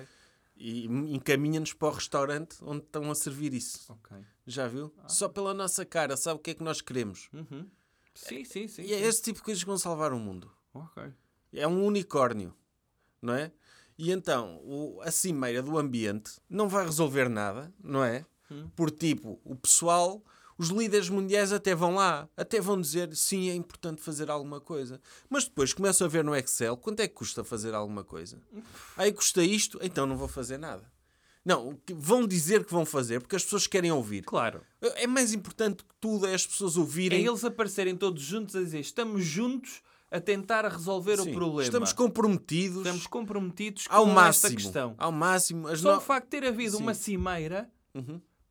Speaker 2: E encaminha-nos para o restaurante onde estão a servir isso.
Speaker 3: Ok.
Speaker 2: Já viu? Só pela nossa cara, sabe o que é que nós queremos.
Speaker 3: Uhum. Sim, sim, sim.
Speaker 2: E é
Speaker 3: sim.
Speaker 2: esse tipo de coisas que vão salvar o mundo.
Speaker 3: Ok.
Speaker 2: É um unicórnio, não é? E então, o- a cimeira do ambiente não vai resolver nada, não é?
Speaker 3: Hum.
Speaker 2: Por tipo, o pessoal, os líderes mundiais até vão lá, até vão dizer sim, é importante fazer alguma coisa. Mas depois começam a ver no Excel quanto é que custa fazer alguma coisa. Aí custa isto, então não vou fazer nada. Não, o que- vão dizer que vão fazer porque as pessoas querem ouvir.
Speaker 3: Claro.
Speaker 2: É mais importante que tudo é as pessoas
Speaker 3: É
Speaker 2: ouvirem.
Speaker 3: eles aparecerem todos juntos a dizer estamos juntos a tentar resolver
Speaker 2: Sim,
Speaker 3: o problema.
Speaker 2: Estamos comprometidos.
Speaker 3: Estamos comprometidos
Speaker 2: ao
Speaker 3: com
Speaker 2: máximo,
Speaker 3: é esta questão.
Speaker 2: Ao máximo. As
Speaker 3: Só
Speaker 2: no-
Speaker 3: o facto de ter havido
Speaker 2: Sim. Uhum.
Speaker 3: uma cimeira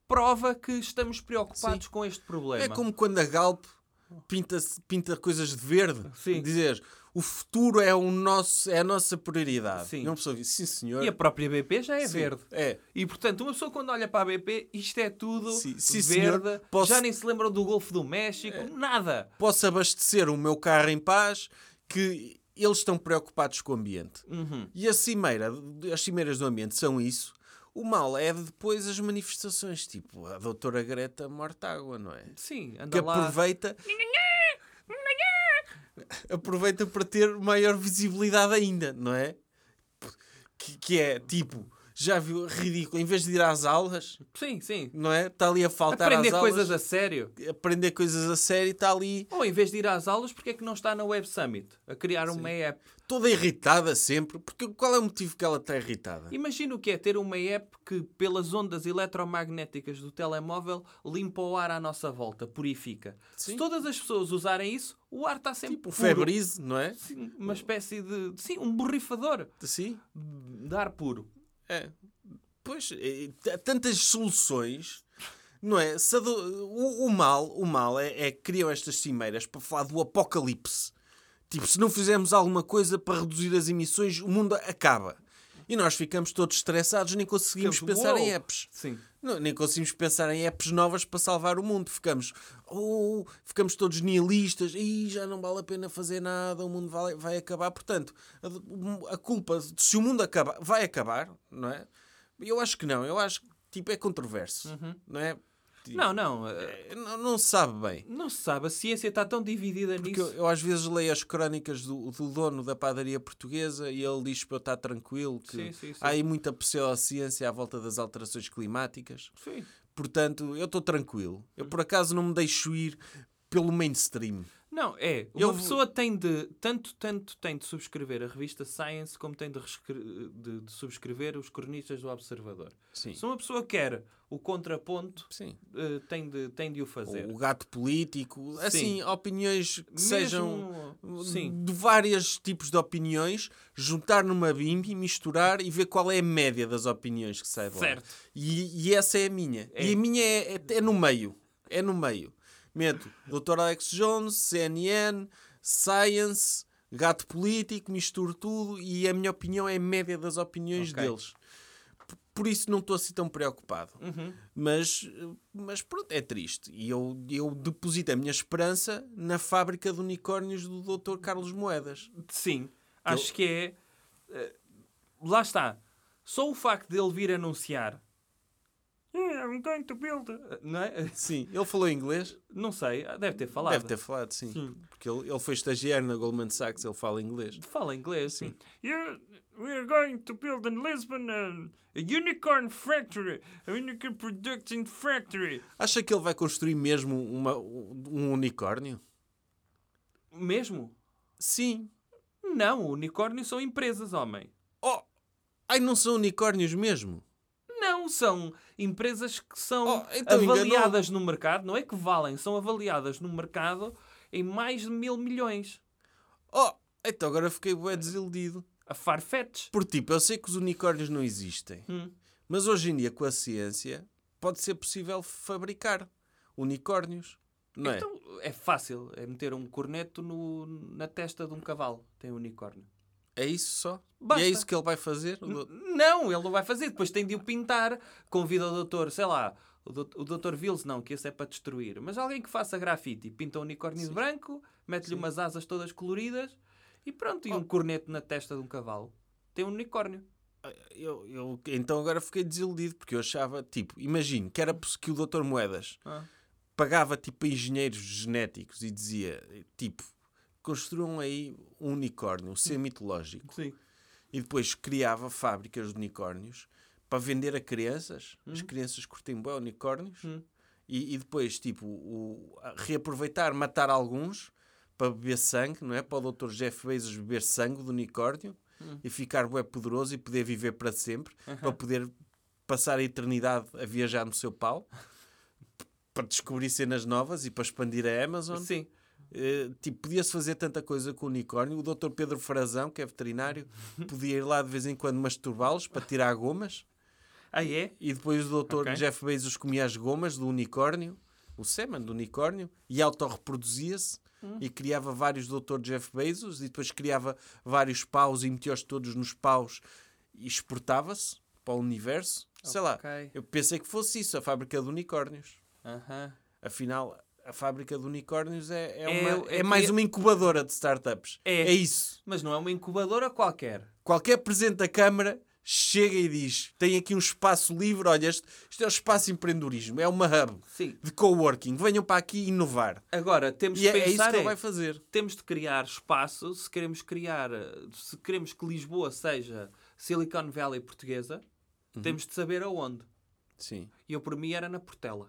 Speaker 3: prova que estamos preocupados com este problema.
Speaker 2: É como quando a Galp pinta, pinta coisas de verde.
Speaker 3: Sim.
Speaker 2: Dizer, o futuro é, o nosso, é a nossa prioridade.
Speaker 3: Sim.
Speaker 2: E uma pessoa diz, sim senhor.
Speaker 3: E a própria BP já é
Speaker 2: Sim,
Speaker 3: verde.
Speaker 2: É.
Speaker 3: E portanto, uma pessoa quando olha para a BP, isto é tudo
Speaker 2: Sim, sim, senhor.
Speaker 3: verde,
Speaker 2: Posso- É.
Speaker 3: já nem se lembram do Golfo do México, nada.
Speaker 2: Posso abastecer o meu carro em paz que eles estão preocupados com o ambiente.
Speaker 3: Uhum.
Speaker 2: E a cimeira, as cimeiras do ambiente são isso. O mal é depois as manifestações, tipo a doutora Greta Mortágua, não é?
Speaker 3: Sim,
Speaker 2: que
Speaker 3: anda lá.
Speaker 2: aproveita aproveita para ter maior visibilidade ainda, não é? Que, que é tipo, já viu ridículo, em vez de ir às aulas,
Speaker 3: Sim, sim.
Speaker 2: não é? Está ali a faltar
Speaker 3: Aprender
Speaker 2: às aulas,
Speaker 3: coisas a sério.
Speaker 2: aprender coisas a sério, está ali
Speaker 3: Ou em vez de ir às aulas, porque é que não está na Web Summit a criar uma app?
Speaker 2: toda irritada sempre, porque qual é o motivo que ela está irritada?
Speaker 3: Imagina o que é ter uma app que, pelas ondas eletromagnéticas do telemóvel, limpa o ar à nossa volta, purifica.
Speaker 2: Sim.
Speaker 3: Se todas as pessoas usarem isso, o ar está sempre
Speaker 2: Tipo, o
Speaker 3: puro.
Speaker 2: febrize, não é?
Speaker 3: Sim, uma espécie de. Sim, um borrifador
Speaker 2: Sim.
Speaker 3: de ar puro.
Speaker 2: É. Pois, é, t- tantas soluções, não é? Se a do- o, o mal, o mal é, é que criam estas cimeiras para falar do apocalipse. Tipo, se não fizermos alguma coisa para reduzir as emissões, o mundo acaba. E nós ficamos todos estressados, nem conseguimos
Speaker 3: Ficamos,
Speaker 2: pensar em
Speaker 3: "Uou!"
Speaker 2: apps.
Speaker 3: Sim.
Speaker 2: Não, nem conseguimos pensar em apps novas para salvar o mundo. Ficamos, oh, ficamos todos nihilistas e já não vale a pena fazer nada, o mundo vai, vai acabar. Portanto, a, a culpa, de se o mundo acaba, vai acabar, não é? Eu acho que não, eu acho que tipo, é controverso, não é? Tipo,
Speaker 3: Uhum. Não, não. eh,
Speaker 2: é, não, não se sabe bem.
Speaker 3: Não se sabe. A ciência está tão dividida
Speaker 2: Porque
Speaker 3: nisso.
Speaker 2: eu, eu às vezes leio as crónicas do, do dono da padaria portuguesa e ele diz para eu estar tranquilo que
Speaker 3: Sim, sim, sim.
Speaker 2: há aí muita pseudociência à volta das alterações climáticas.
Speaker 3: Sim.
Speaker 2: Portanto, eu estou tranquilo. Eu por acaso não me deixo ir pelo mainstream.
Speaker 3: Não, é. Uma
Speaker 2: Eu-
Speaker 3: pessoa tem de. Tanto, tanto tem de subscrever a revista Science como tem de, rescre- de- de subscrever os cronistas do Observador.
Speaker 2: Sim.
Speaker 3: Se uma pessoa quer o contraponto,
Speaker 2: Sim.
Speaker 3: eh, tem, de, tem de o fazer.
Speaker 2: O gato político, assim, opiniões que
Speaker 3: Mesmo-
Speaker 2: sejam
Speaker 3: Sim.
Speaker 2: de vários tipos de opiniões, juntar numa bimbi, misturar e ver qual é a média das opiniões que sai de lá.
Speaker 3: Certo.
Speaker 2: E, e essa é a minha.
Speaker 3: É.
Speaker 2: E a minha é, é, é no meio. É no meio. Meto Dr. Alex Jones, CNN, Science, gato político, misturo tudo e a minha opinião é a média das opiniões
Speaker 3: Ok.
Speaker 2: deles. P- Por isso não estou assim tão preocupado. Mas, mas pronto, é triste. E eu, eu deposito a minha esperança na fábrica de unicórnios do Dr. Carlos Moedas.
Speaker 3: Sim. Acho que é. eh, lá está. Só o facto dele vir anunciar. "Eh, um "Yeah, I'm going to build. a-" Não é?
Speaker 2: Sim, ele falou inglês?
Speaker 3: Não sei, deve ter falado.
Speaker 2: Deve ter falado, sim. Porque ele, ele foi estagiário na Goldman Sachs, ele fala inglês.
Speaker 3: Fala inglês, sim. we're going to build in Lisbon a, unicorn factory, a unicorn production factory.
Speaker 2: Acha que ele vai construir mesmo uma- um unicórnio?
Speaker 3: Mesmo?
Speaker 2: Sim.
Speaker 3: Não, unicórnios são empresas, homem.
Speaker 2: Oh! Ai, não são unicórnios mesmo?
Speaker 3: Não, são empresas que são
Speaker 2: Oh, então
Speaker 3: avaliadas no mercado, não é que valem, são avaliadas no mercado em mais de mil milhões.
Speaker 2: Oh! Então agora fiquei bué desiludido.
Speaker 3: A Farfetch.
Speaker 2: Por tipo, eu sei que os unicórnios não existem.
Speaker 3: Hum.
Speaker 2: Mas hoje em dia, com a ciência, pode ser possível fabricar unicórnios. Não é?
Speaker 3: Então é fácil, é meter um corneto no- na testa de um cavalo, tem um unicórnio.
Speaker 2: É isso só?
Speaker 3: Basta. Hum.
Speaker 2: E é isso que ele vai fazer? O do-
Speaker 3: Não, ele não vai fazer. Depois tem de o pintar. Convida o doutor, sei lá, o dout- o doutor Vils, não, que esse é para destruir. Mas alguém que faça grafite. Pinta um unicórnio de branco, mete-lhe umas asas todas coloridas e pronto.
Speaker 2: Oh.
Speaker 3: E um corneto na testa de um cavalo. Tem um unicórnio.
Speaker 2: Eu, eu- então agora fiquei desiludido porque eu achava, tipo, imagino que era
Speaker 3: Hum.
Speaker 2: poss- que o Dr. Moedas
Speaker 3: Ah.
Speaker 2: pagava tipo a engenheiros genéticos e dizia, tipo, construam aí um
Speaker 3: Hum.
Speaker 2: unicórnio, um ser mitológico.
Speaker 3: Sim.
Speaker 2: E depois criava fábricas de unicórnios para vender a crianças.
Speaker 3: Hum.
Speaker 2: As crianças curtem bem unicórnios. E, e depois, tipo, o, a- reaproveitar, matar alguns para beber sangue, não é? Para o Dr. Jeff Bezos beber sangue do unicórnio e ficar bué poderoso e poder viver para sempre, para poder passar a eternidade a viajar no seu pau, para descobrir cenas novas e para expandir a Amazon.
Speaker 3: Sim.
Speaker 2: Eh, tipo, podia-se fazer tanta coisa com o unicórnio. O Dr. Pedro Frazão, que é veterinário, podia ir lá de vez em quando masturbá-los para tirar gomas.
Speaker 3: Ah, é?
Speaker 2: E depois o Dr.
Speaker 3: Ok.
Speaker 2: Jeff Bezos comia as gomas do unicórnio, o sêmen do unicórnio, e autorreproduzia-se.
Speaker 3: Hum.
Speaker 2: E criava vários Dr. Jeff Bezos, e depois criava vários paus e metia-os todos nos paus e exportava-se para o universo. Sei lá,
Speaker 3: Ok.
Speaker 2: eu pensei que fosse isso, a fábrica de unicórnios.
Speaker 3: Aham.
Speaker 2: Afinal, a fábrica de unicórnios é, é,
Speaker 3: É,
Speaker 2: uma-
Speaker 3: é
Speaker 2: é mais
Speaker 3: que-
Speaker 2: uma incubadora de startups.
Speaker 3: É.
Speaker 2: isso.
Speaker 3: Mas não é uma incubadora qualquer.
Speaker 2: Qualquer presidente da Câmara chega e diz: tem aqui um espaço livre, olha, isto, isto é um espaço de empreendedorismo, é uma hub
Speaker 3: Sim.
Speaker 2: de coworking. Venham para aqui inovar.
Speaker 3: Agora, temos
Speaker 2: E é,
Speaker 3: de
Speaker 2: é isso
Speaker 3: pensar
Speaker 2: que ele
Speaker 3: é,
Speaker 2: vai fazer.
Speaker 3: temos de criar espaço se queremos criar, eh, se queremos que Lisboa seja Silicon Valley portuguesa,
Speaker 2: Uhum.
Speaker 3: temos de saber aonde.
Speaker 2: Sim.
Speaker 3: E eu por mim era na Portela.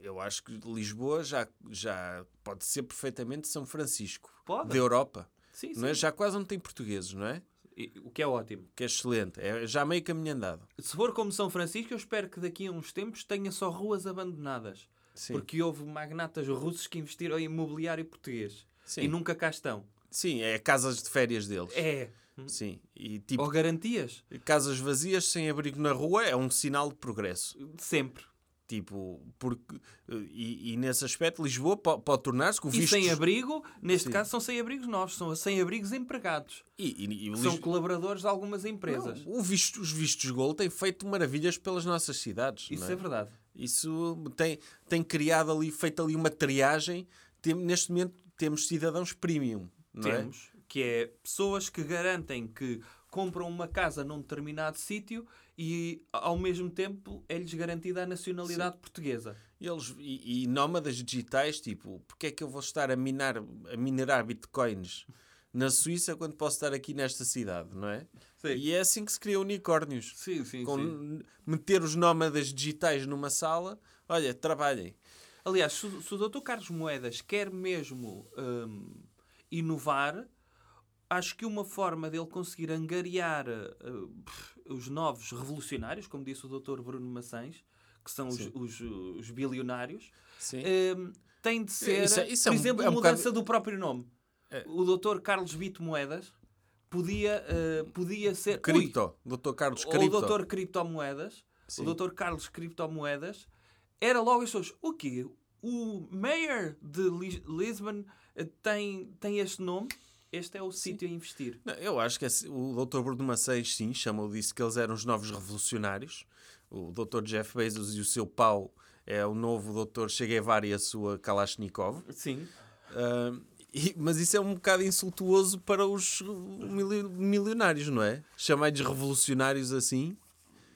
Speaker 2: Eu acho que Lisboa já, já pode ser perfeitamente São Francisco
Speaker 3: Pode.
Speaker 2: da Europa.
Speaker 3: Sim,
Speaker 2: Não é?
Speaker 3: sim.
Speaker 2: Já quase não tem portugueses, não é?
Speaker 3: E- O que é ótimo.
Speaker 2: Que é excelente. É já meio caminho andado.
Speaker 3: Se for como São Francisco, eu espero que daqui a uns tempos tenha só ruas abandonadas.
Speaker 2: Sim.
Speaker 3: Porque houve magnatas russos que investiram em imobiliário português.
Speaker 2: Sim.
Speaker 3: E nunca cá estão.
Speaker 2: Sim, é casas de férias deles.
Speaker 3: É.
Speaker 2: Sim. E tipo,
Speaker 3: Ou garantias?
Speaker 2: Casas vazias sem abrigo na rua é um sinal de progresso.
Speaker 3: Sempre.
Speaker 2: Tipo, porque, e, e nesse aspecto, Lisboa po- pode, tornar-se com
Speaker 3: E
Speaker 2: vistos...
Speaker 3: sem abrigo, neste
Speaker 2: Sim.
Speaker 3: caso são sem abrigos novos, são sem abrigos empregados.
Speaker 2: E, e- e o
Speaker 3: que são
Speaker 2: Lis-
Speaker 3: colaboradores de algumas empresas.
Speaker 2: Não, o visto- os vistos Gol têm feito maravilhas pelas nossas cidades.
Speaker 3: Isso
Speaker 2: não
Speaker 3: é? verdade.
Speaker 2: Isso tem, tem criado ali, feito ali uma triagem. Tem- neste momento temos cidadãos premium. Não é?
Speaker 3: Temos, que é pessoas que garantem que compram uma casa num determinado sítio e ao mesmo tempo é-lhes garantida a nacionalidade portuguesa.
Speaker 2: Eles, e, e nómadas digitais, tipo, porque é que eu vou estar a, minar, a minerar bitcoins na Suíça quando posso estar aqui nesta cidade, não é?
Speaker 3: Sim.
Speaker 2: E é assim que se criam unicórnios.
Speaker 3: Sim, sim,
Speaker 2: Com n- meter os nómadas digitais numa sala, olha, trabalhem.
Speaker 3: Aliás, se, o- se o Dr. Carlos Moedas quer mesmo hum, inovar, acho que uma forma dele conseguir angariar uh, pff, os novos revolucionários, como disse o Dr. Bruno Maçãs, que são os,
Speaker 2: Sim.
Speaker 3: os- os bilionários,
Speaker 2: Sim.
Speaker 3: hum, tem de ser,
Speaker 2: Isso é- isso é
Speaker 3: por
Speaker 2: um-
Speaker 3: exemplo,
Speaker 2: é um É.
Speaker 3: mudança do próprio nome. O Dr. Carlos Vito Moedas podia, uh, podia ser... Ui!
Speaker 2: Cripto, Dr. Carlos Cripto.
Speaker 3: Ou o doutor criptomoedas,
Speaker 2: Sim.
Speaker 3: o doutor Carlos criptomoedas, era logo as pessoas, o quê? O mayor de Lis Lisbon eh, tem, tem este nome? Este é o sítio a investir.
Speaker 2: Não, eu acho que esse- o Dr. Bruno Maceis, sim, chamou disse que eles eram os novos revolucionários. O Dr. Jeff Bezos e o seu pau é o novo Dr. Che Guevara e a sua Kalashnikov.
Speaker 3: Sim.
Speaker 2: Ah, e- mas isso é um bocado insultuoso para os mili- milionários, não é? Chamar-lhes revolucionários assim,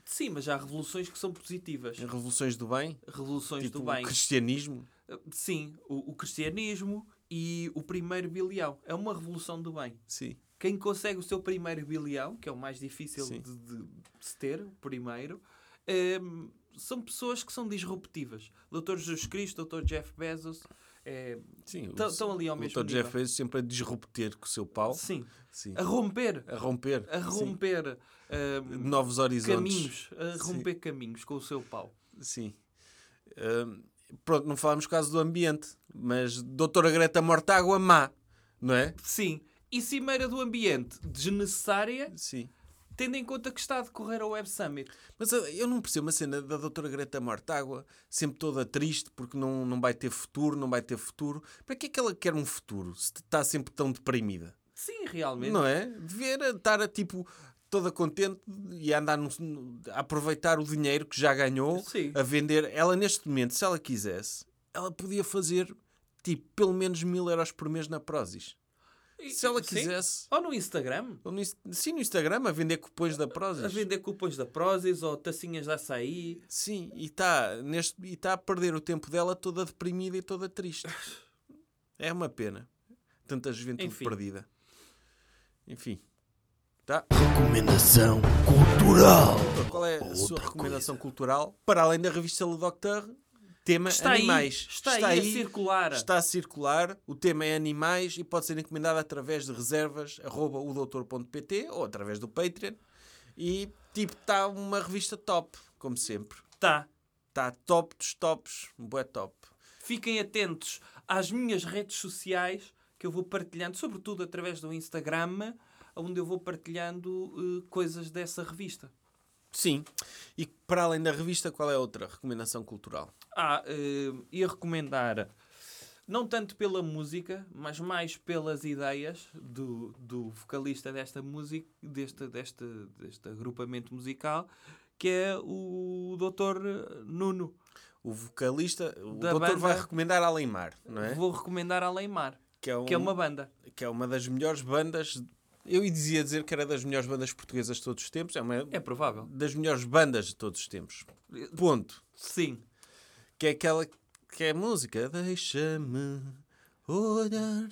Speaker 3: Sim, mas há revoluções que são positivas.
Speaker 2: revoluções do bem,
Speaker 3: Revoluções
Speaker 2: É, tipo
Speaker 3: do
Speaker 2: o
Speaker 3: bem.
Speaker 2: cristianismo.
Speaker 3: Eh, Sim, o, o cristianismo e o primeiro bilhão. É uma revolução do bem.
Speaker 2: Sim.
Speaker 3: Quem consegue o seu primeiro bilhão, que é o mais difícil
Speaker 2: Sim.
Speaker 3: de, de se ter, o primeiro, ehm, são pessoas que são disruptivas. Dr. Jesus Cristo, Dr. Jeff Bezos, eh,
Speaker 2: Sim, o-
Speaker 3: Tão- tão ali ao
Speaker 2: o
Speaker 3: mesmo
Speaker 2: Dr. Jeff
Speaker 3: nível.
Speaker 2: Bezos sempre a disrupter com o seu pau.
Speaker 3: sim,
Speaker 2: Sim.
Speaker 3: a romper,
Speaker 2: A romper.
Speaker 3: a
Speaker 2: sim.
Speaker 3: romper ehm,
Speaker 2: Novos horizontes.
Speaker 3: caminhos, a romper caminhos com o seu pau.
Speaker 2: Sim. Ahm, pronto, não falámos caso do ambiente, mas doutora Greta Mortágua má, não é?
Speaker 3: Sim, e cimeira do ambiente desnecessária,
Speaker 2: Sim.
Speaker 3: tendo em conta que está a decorrer a Web Summit.
Speaker 2: Mas ah, eu não percebo a cena da doutora Greta Mortágua, sempre toda triste porque não, não vai ter futuro, não vai ter futuro. Para que é que ela quer um futuro se está sempre tão deprimida?
Speaker 3: Sim, realmente.
Speaker 2: Não é? Dever estar a, tipo toda contente e a andar no- a aproveitar o dinheiro que já ganhou,
Speaker 3: Sim.
Speaker 2: a vender. Ela neste momento, se ela quisesse, ela podia fazer tipo pelo menos mil euros por mês na Prozis.
Speaker 3: E-
Speaker 2: Se ela
Speaker 3: sim.
Speaker 2: quisesse,
Speaker 3: Ou no Instagram.
Speaker 2: ou no Inst- sim no Instagram a vender cupões da
Speaker 3: A
Speaker 2: Prozis.
Speaker 3: vender cupons da Prozis ou tacinhas de açaí.
Speaker 2: Sim, e está neste e tá a perder o tempo dela toda deprimida e toda triste. É uma pena. Tanta juventude
Speaker 3: Enfim.
Speaker 2: perdida. Enfim. Tá.
Speaker 1: Recomendação cultural.
Speaker 2: Qual é a sua
Speaker 1: Outra
Speaker 2: recomendação cultural? Para além da revista Le Docteur, tema
Speaker 3: Está aí,
Speaker 2: animais.
Speaker 3: está aí a circular.
Speaker 2: Está a circular. O tema é animais e pode ser encomendado através de reservas arroba odoutor.pt ou através do Patreon. E tipo, está uma revista top, como sempre.
Speaker 3: Tá.
Speaker 2: Está top dos tops. Bué top.
Speaker 3: Fiquem atentos às minhas redes sociais que eu vou partilhando, sobretudo através do Instagram, onde eu vou partilhando eh, coisas dessa revista.
Speaker 2: Sim. E para além da revista, qual é a outra recomendação cultural?
Speaker 3: Ah, eh, ia recomendar, não tanto pela música, mas mais pelas ideias do, do vocalista desta música, deste, deste, deste agrupamento musical, que é o Dr. Nuno.
Speaker 2: O vocalista, o
Speaker 3: Da
Speaker 2: doutor
Speaker 3: banda-
Speaker 2: vai recomendar a Leimar, não é?
Speaker 3: Vou recomendar a Leimar,
Speaker 2: Que é, um-
Speaker 3: que é uma banda.
Speaker 2: que é uma das melhores bandas. Eu dizia dizer que era das melhores bandas portuguesas de todos os tempos. É uma
Speaker 3: É provável.
Speaker 2: das melhores bandas de todos os tempos. Ponto.
Speaker 3: Sim.
Speaker 2: Que é aquela que é a música. Deixa-me olhar,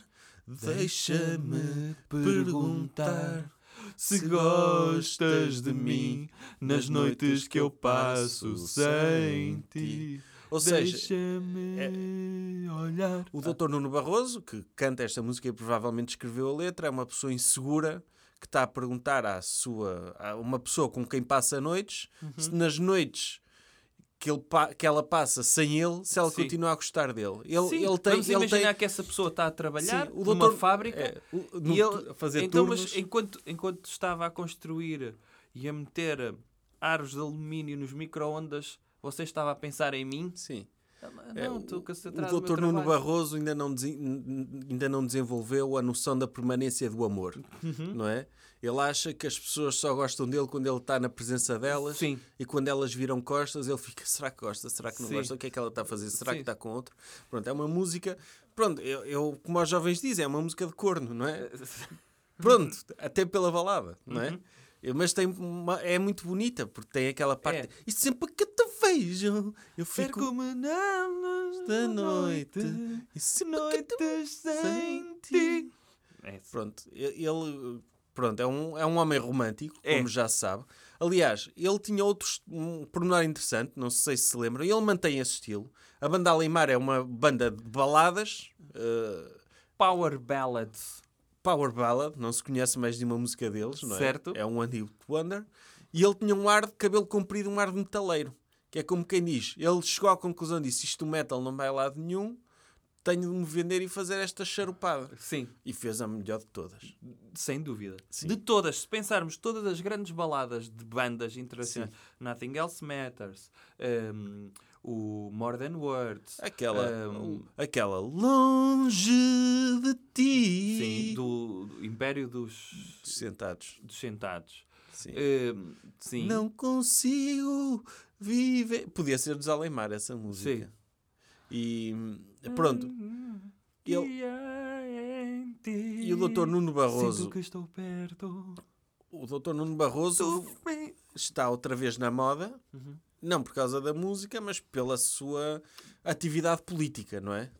Speaker 2: deixa-me perguntar.
Speaker 3: se gostas de mim nas noites que eu passo sem ti. é-
Speaker 2: Ou seja,
Speaker 3: deixa-me olhar.
Speaker 2: o Dr. Nuno Barroso, que canta esta música e provavelmente escreveu a letra, é uma pessoa insegura que está a perguntar à sua, a uma pessoa com quem passa noites, se
Speaker 3: Uhum.
Speaker 2: nas noites que, ele, pa- que ela passa sem ele, se ela
Speaker 3: Sim.
Speaker 2: continua a gostar dele. Ele,
Speaker 3: Sim,
Speaker 2: ele tem,
Speaker 3: vamos
Speaker 2: ele
Speaker 3: imaginar
Speaker 2: tem
Speaker 3: que essa pessoa está a trabalhar
Speaker 2: Sim, o
Speaker 3: numa
Speaker 2: doutor-
Speaker 3: fábrica
Speaker 2: é, o- no
Speaker 3: e ele
Speaker 2: tu- a fazer
Speaker 3: então,
Speaker 2: turnos.
Speaker 3: mas enquanto, enquanto estava a construir e a meter aros de alumínio nos micro-ondas, você estava a pensar em mim? Ah,
Speaker 2: Sim. É,
Speaker 3: Não, estou concentrado
Speaker 2: o
Speaker 3: no meu
Speaker 2: Dr. Nuno
Speaker 3: trabalho.
Speaker 2: Barroso ainda não, desen- ainda não desenvolveu a noção da permanência do amor,
Speaker 3: Uhum.
Speaker 2: não é? Ele acha que as pessoas só gostam dele quando ele está na presença delas
Speaker 3: Sim.
Speaker 2: e quando elas viram costas ele fica, será que gosta? Será que não
Speaker 3: Sim.
Speaker 2: gosta? O que é que ela está a fazer? Será
Speaker 3: Sim.
Speaker 2: que está com outro? Pronto, é uma música... Pronto, eu, eu, como os jovens dizem, é uma música de corno, não é? Pronto, até pela balada, não
Speaker 3: Uhum.
Speaker 2: é? Eu- Mas tem uma- é muito bonita, porque tem aquela parte...
Speaker 3: É.
Speaker 2: E sempre que te vejo, eu fico...
Speaker 3: Perco-me na luz
Speaker 2: da noite e se
Speaker 3: noites sem ti. É,
Speaker 2: Pronto, e- ele pronto, é, um, é um homem romântico,
Speaker 3: É.
Speaker 2: como já se sabe. Aliás, ele tinha outros, um pormenor interessante, não sei se se lembram, e ele mantém esse estilo. A banda Alimar é uma banda de baladas, eh,
Speaker 3: Power Ballads.
Speaker 2: power ballad, não se conhece mais de uma música deles, não é?
Speaker 3: Certo.
Speaker 2: É um One Hit Wonder. E ele tinha um ar de cabelo comprido, um ar de metaleiro. Que é como quem diz, ele chegou à conclusão disso, isto metal não vai a lado nenhum, tenho de me vender e fazer esta charupada.
Speaker 3: Sim,
Speaker 2: E fez a melhor de todas.
Speaker 3: sem dúvida.
Speaker 2: Sim.
Speaker 3: De todas, se pensarmos todas as grandes baladas de bandas internacionais, Nothing Else Matters, um, o More Than Words,
Speaker 2: Aquela,
Speaker 3: um,
Speaker 2: aquela longe de ti.
Speaker 3: sim, do, do Império dos,
Speaker 2: Dos Sentados.
Speaker 3: dos Sentados.
Speaker 2: Sim.
Speaker 3: Um, sim,
Speaker 2: Não consigo viver. Podia ser dos Alemar essa música.
Speaker 3: Sim.
Speaker 2: E pronto. Ele-
Speaker 3: E em ti,
Speaker 2: E o Dr. Nuno Barroso,
Speaker 3: Sinto que estou perto.
Speaker 2: o Dr. Nuno Barroso está outra vez na moda,
Speaker 3: Uhum.
Speaker 2: não por causa da música, mas pela sua atividade política, não é?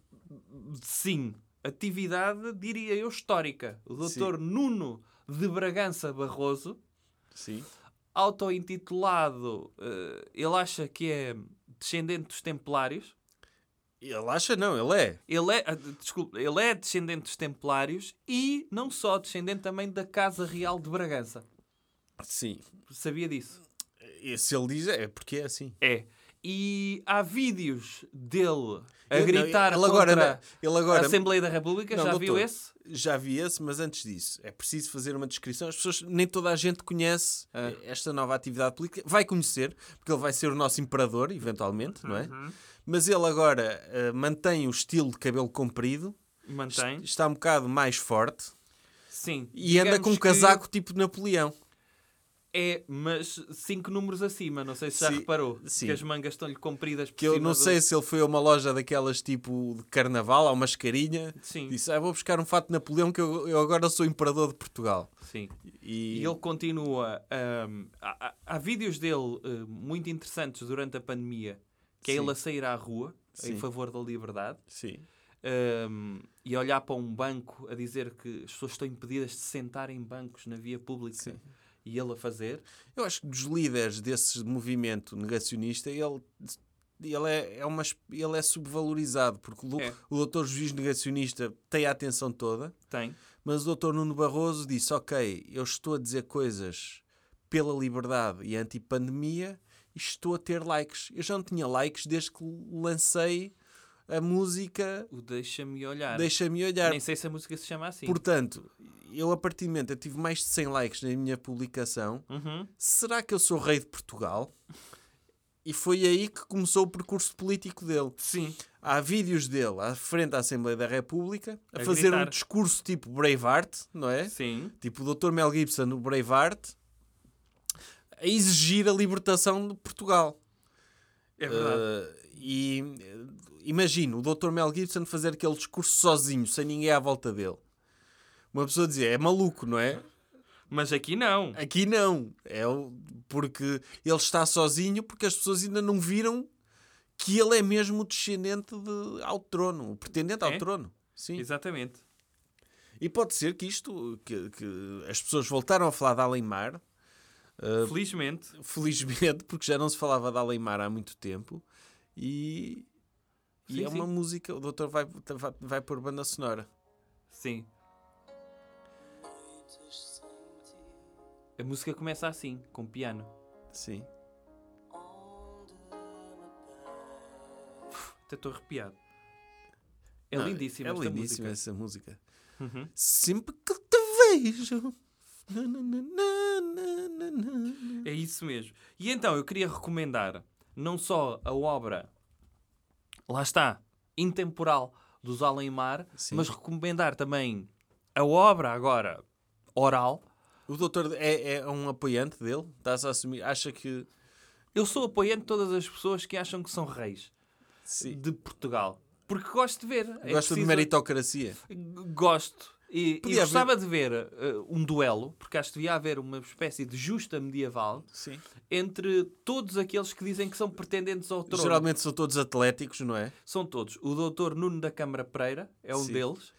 Speaker 3: Sim, atividade, diria eu, histórica. O Dr.
Speaker 2: Sim.
Speaker 3: Nuno de Bragança Barroso,
Speaker 2: Sim.
Speaker 3: auto-intitulado, eh, ele acha que é descendente dos Templários.
Speaker 2: Ele acha não, ele é.
Speaker 3: Ele é, ah, de- desculpe, ele é descendente dos Templários e não só, descendente também da Casa Real de Bragança.
Speaker 2: Sim.
Speaker 3: Sabia disso?
Speaker 2: E se ele diz é porque é assim.
Speaker 3: É. E há vídeos dele a
Speaker 2: Eu- não,
Speaker 3: gritar
Speaker 2: ele
Speaker 3: contra
Speaker 2: agora não- ele agora-
Speaker 3: a Assembleia da República.
Speaker 2: Não,
Speaker 3: Já viu
Speaker 2: doutor,
Speaker 3: esse?
Speaker 2: Já vi esse, mas antes disso, é preciso fazer uma descrição. As pessoas, nem toda a gente conhece
Speaker 3: Ah.
Speaker 2: eh, esta nova atividade política. Vai conhecer, porque ele vai ser o nosso imperador, eventualmente, não é?
Speaker 3: Uhum.
Speaker 2: Mas ele agora eh, mantém o estilo de cabelo comprido,
Speaker 3: Mantém.
Speaker 2: está um bocado mais forte.
Speaker 3: Sim.
Speaker 2: E anda com um
Speaker 3: Digamos que
Speaker 2: casaco tipo Napoleão.
Speaker 3: É, mas cinco números acima, não sei se já
Speaker 2: Sim,
Speaker 3: reparou.
Speaker 2: sim.
Speaker 3: Que as mangas estão-lhe compridas por
Speaker 2: Que eu
Speaker 3: cima
Speaker 2: não
Speaker 3: do-
Speaker 2: sei se ele foi a uma loja daquelas tipo de carnaval, a uma mascarinha.
Speaker 3: Sim,
Speaker 2: Disse, ah, vou buscar um fato de Napoleão que eu, eu agora sou imperador de Portugal.
Speaker 3: sim.
Speaker 2: E,
Speaker 3: E ele continua. hum, há, há- há vídeos dele hum, muito interessantes durante a pandemia, que é
Speaker 2: Sim.
Speaker 3: ele a sair à rua
Speaker 2: Sim.
Speaker 3: em favor da liberdade
Speaker 2: Sim.
Speaker 3: hum, e a olhar para um banco a dizer que as pessoas estão impedidas de sentar em bancos na via pública
Speaker 2: Sim.
Speaker 3: e ele a fazer.
Speaker 2: Eu acho que dos líderes desse movimento negacionista, ele, ele, é, é uma, esp- ele é subvalorizado, porque o, do-
Speaker 3: É.
Speaker 2: o doutor juiz negacionista tem a atenção toda,
Speaker 3: Tem.
Speaker 2: mas o doutor Nuno Barroso disse, ok, eu estou a dizer coisas pela liberdade e anti-pandemia e estou a ter likes. Eu já não tinha likes desde que lancei a música
Speaker 3: O deixa-me olhar.
Speaker 2: Deixa-me Olhar.
Speaker 3: Nem sei se a música se chama assim.
Speaker 2: Portanto, eu a partir do momento eu tive mais de 100 likes na minha publicação,
Speaker 3: Uhum.
Speaker 2: será que eu sou rei de Portugal? E foi aí que começou o percurso político dele.
Speaker 3: Sim.
Speaker 2: Há vídeos dele à frente da Assembleia da República a,
Speaker 3: A
Speaker 2: fazer um
Speaker 3: gritar.
Speaker 2: discurso tipo Braveheart, não é?
Speaker 3: Sim.
Speaker 2: Tipo o Dr. Mel Gibson no Braveheart, a exigir a libertação de Portugal.
Speaker 3: É verdade.
Speaker 2: Eh, e eh, imagino o Dr. Mel Gibson fazer aquele discurso sozinho, sem ninguém à volta dele. Uma pessoa dizia, é maluco, não é?
Speaker 3: Mas aqui não.
Speaker 2: Aqui não. É o- porque ele está sozinho, porque as pessoas ainda não viram que ele é mesmo o descendente de- ao trono, o pretendente ao
Speaker 3: É?
Speaker 2: trono. Sim.
Speaker 3: Exatamente.
Speaker 2: E pode ser que isto, que, que as pessoas voltaram a falar de Alemar,
Speaker 3: Felizmente.
Speaker 2: felizmente, porque já não se falava de Alemar há muito tempo, e, e
Speaker 3: Sim,
Speaker 2: é
Speaker 3: sim.
Speaker 2: uma música, o doutor vai, vai, vai pôr banda sonora.
Speaker 3: Sim. A música começa assim, com piano.
Speaker 2: Sim.
Speaker 3: Até estou arrepiado. É
Speaker 2: Não,
Speaker 3: lindíssima
Speaker 2: É
Speaker 3: esta
Speaker 2: lindíssima
Speaker 3: música.
Speaker 2: essa música.
Speaker 3: Uhum.
Speaker 2: Sempre que te vejo. na, na, na, na, na, na, na.
Speaker 3: É isso mesmo. E então, eu queria recomendar não só a obra, lá está, intemporal, dos Alemar,
Speaker 2: Sim.
Speaker 3: mas recomendar também a obra agora, oral.
Speaker 2: O doutor é, é um apoiante dele? Estás a assumir? Acha que.
Speaker 3: Eu sou apoiante de todas as pessoas que acham que são reis
Speaker 2: Sim.
Speaker 3: de Portugal. Porque gosto de ver. É
Speaker 2: Gosta de
Speaker 3: preciso-
Speaker 2: meritocracia?
Speaker 3: G- Gosto. E, e
Speaker 2: Podia haver-
Speaker 3: gostava de ver eh, um duelo, porque acho que devia haver uma espécie de justa medieval
Speaker 2: Sim.
Speaker 3: entre todos aqueles que dizem que são pretendentes ao trono.
Speaker 2: Então, Geralmente são todos atléticos, não é?
Speaker 3: São todos. O doutor Nuno da Câmara Pereira é um
Speaker 2: Sim.
Speaker 3: deles.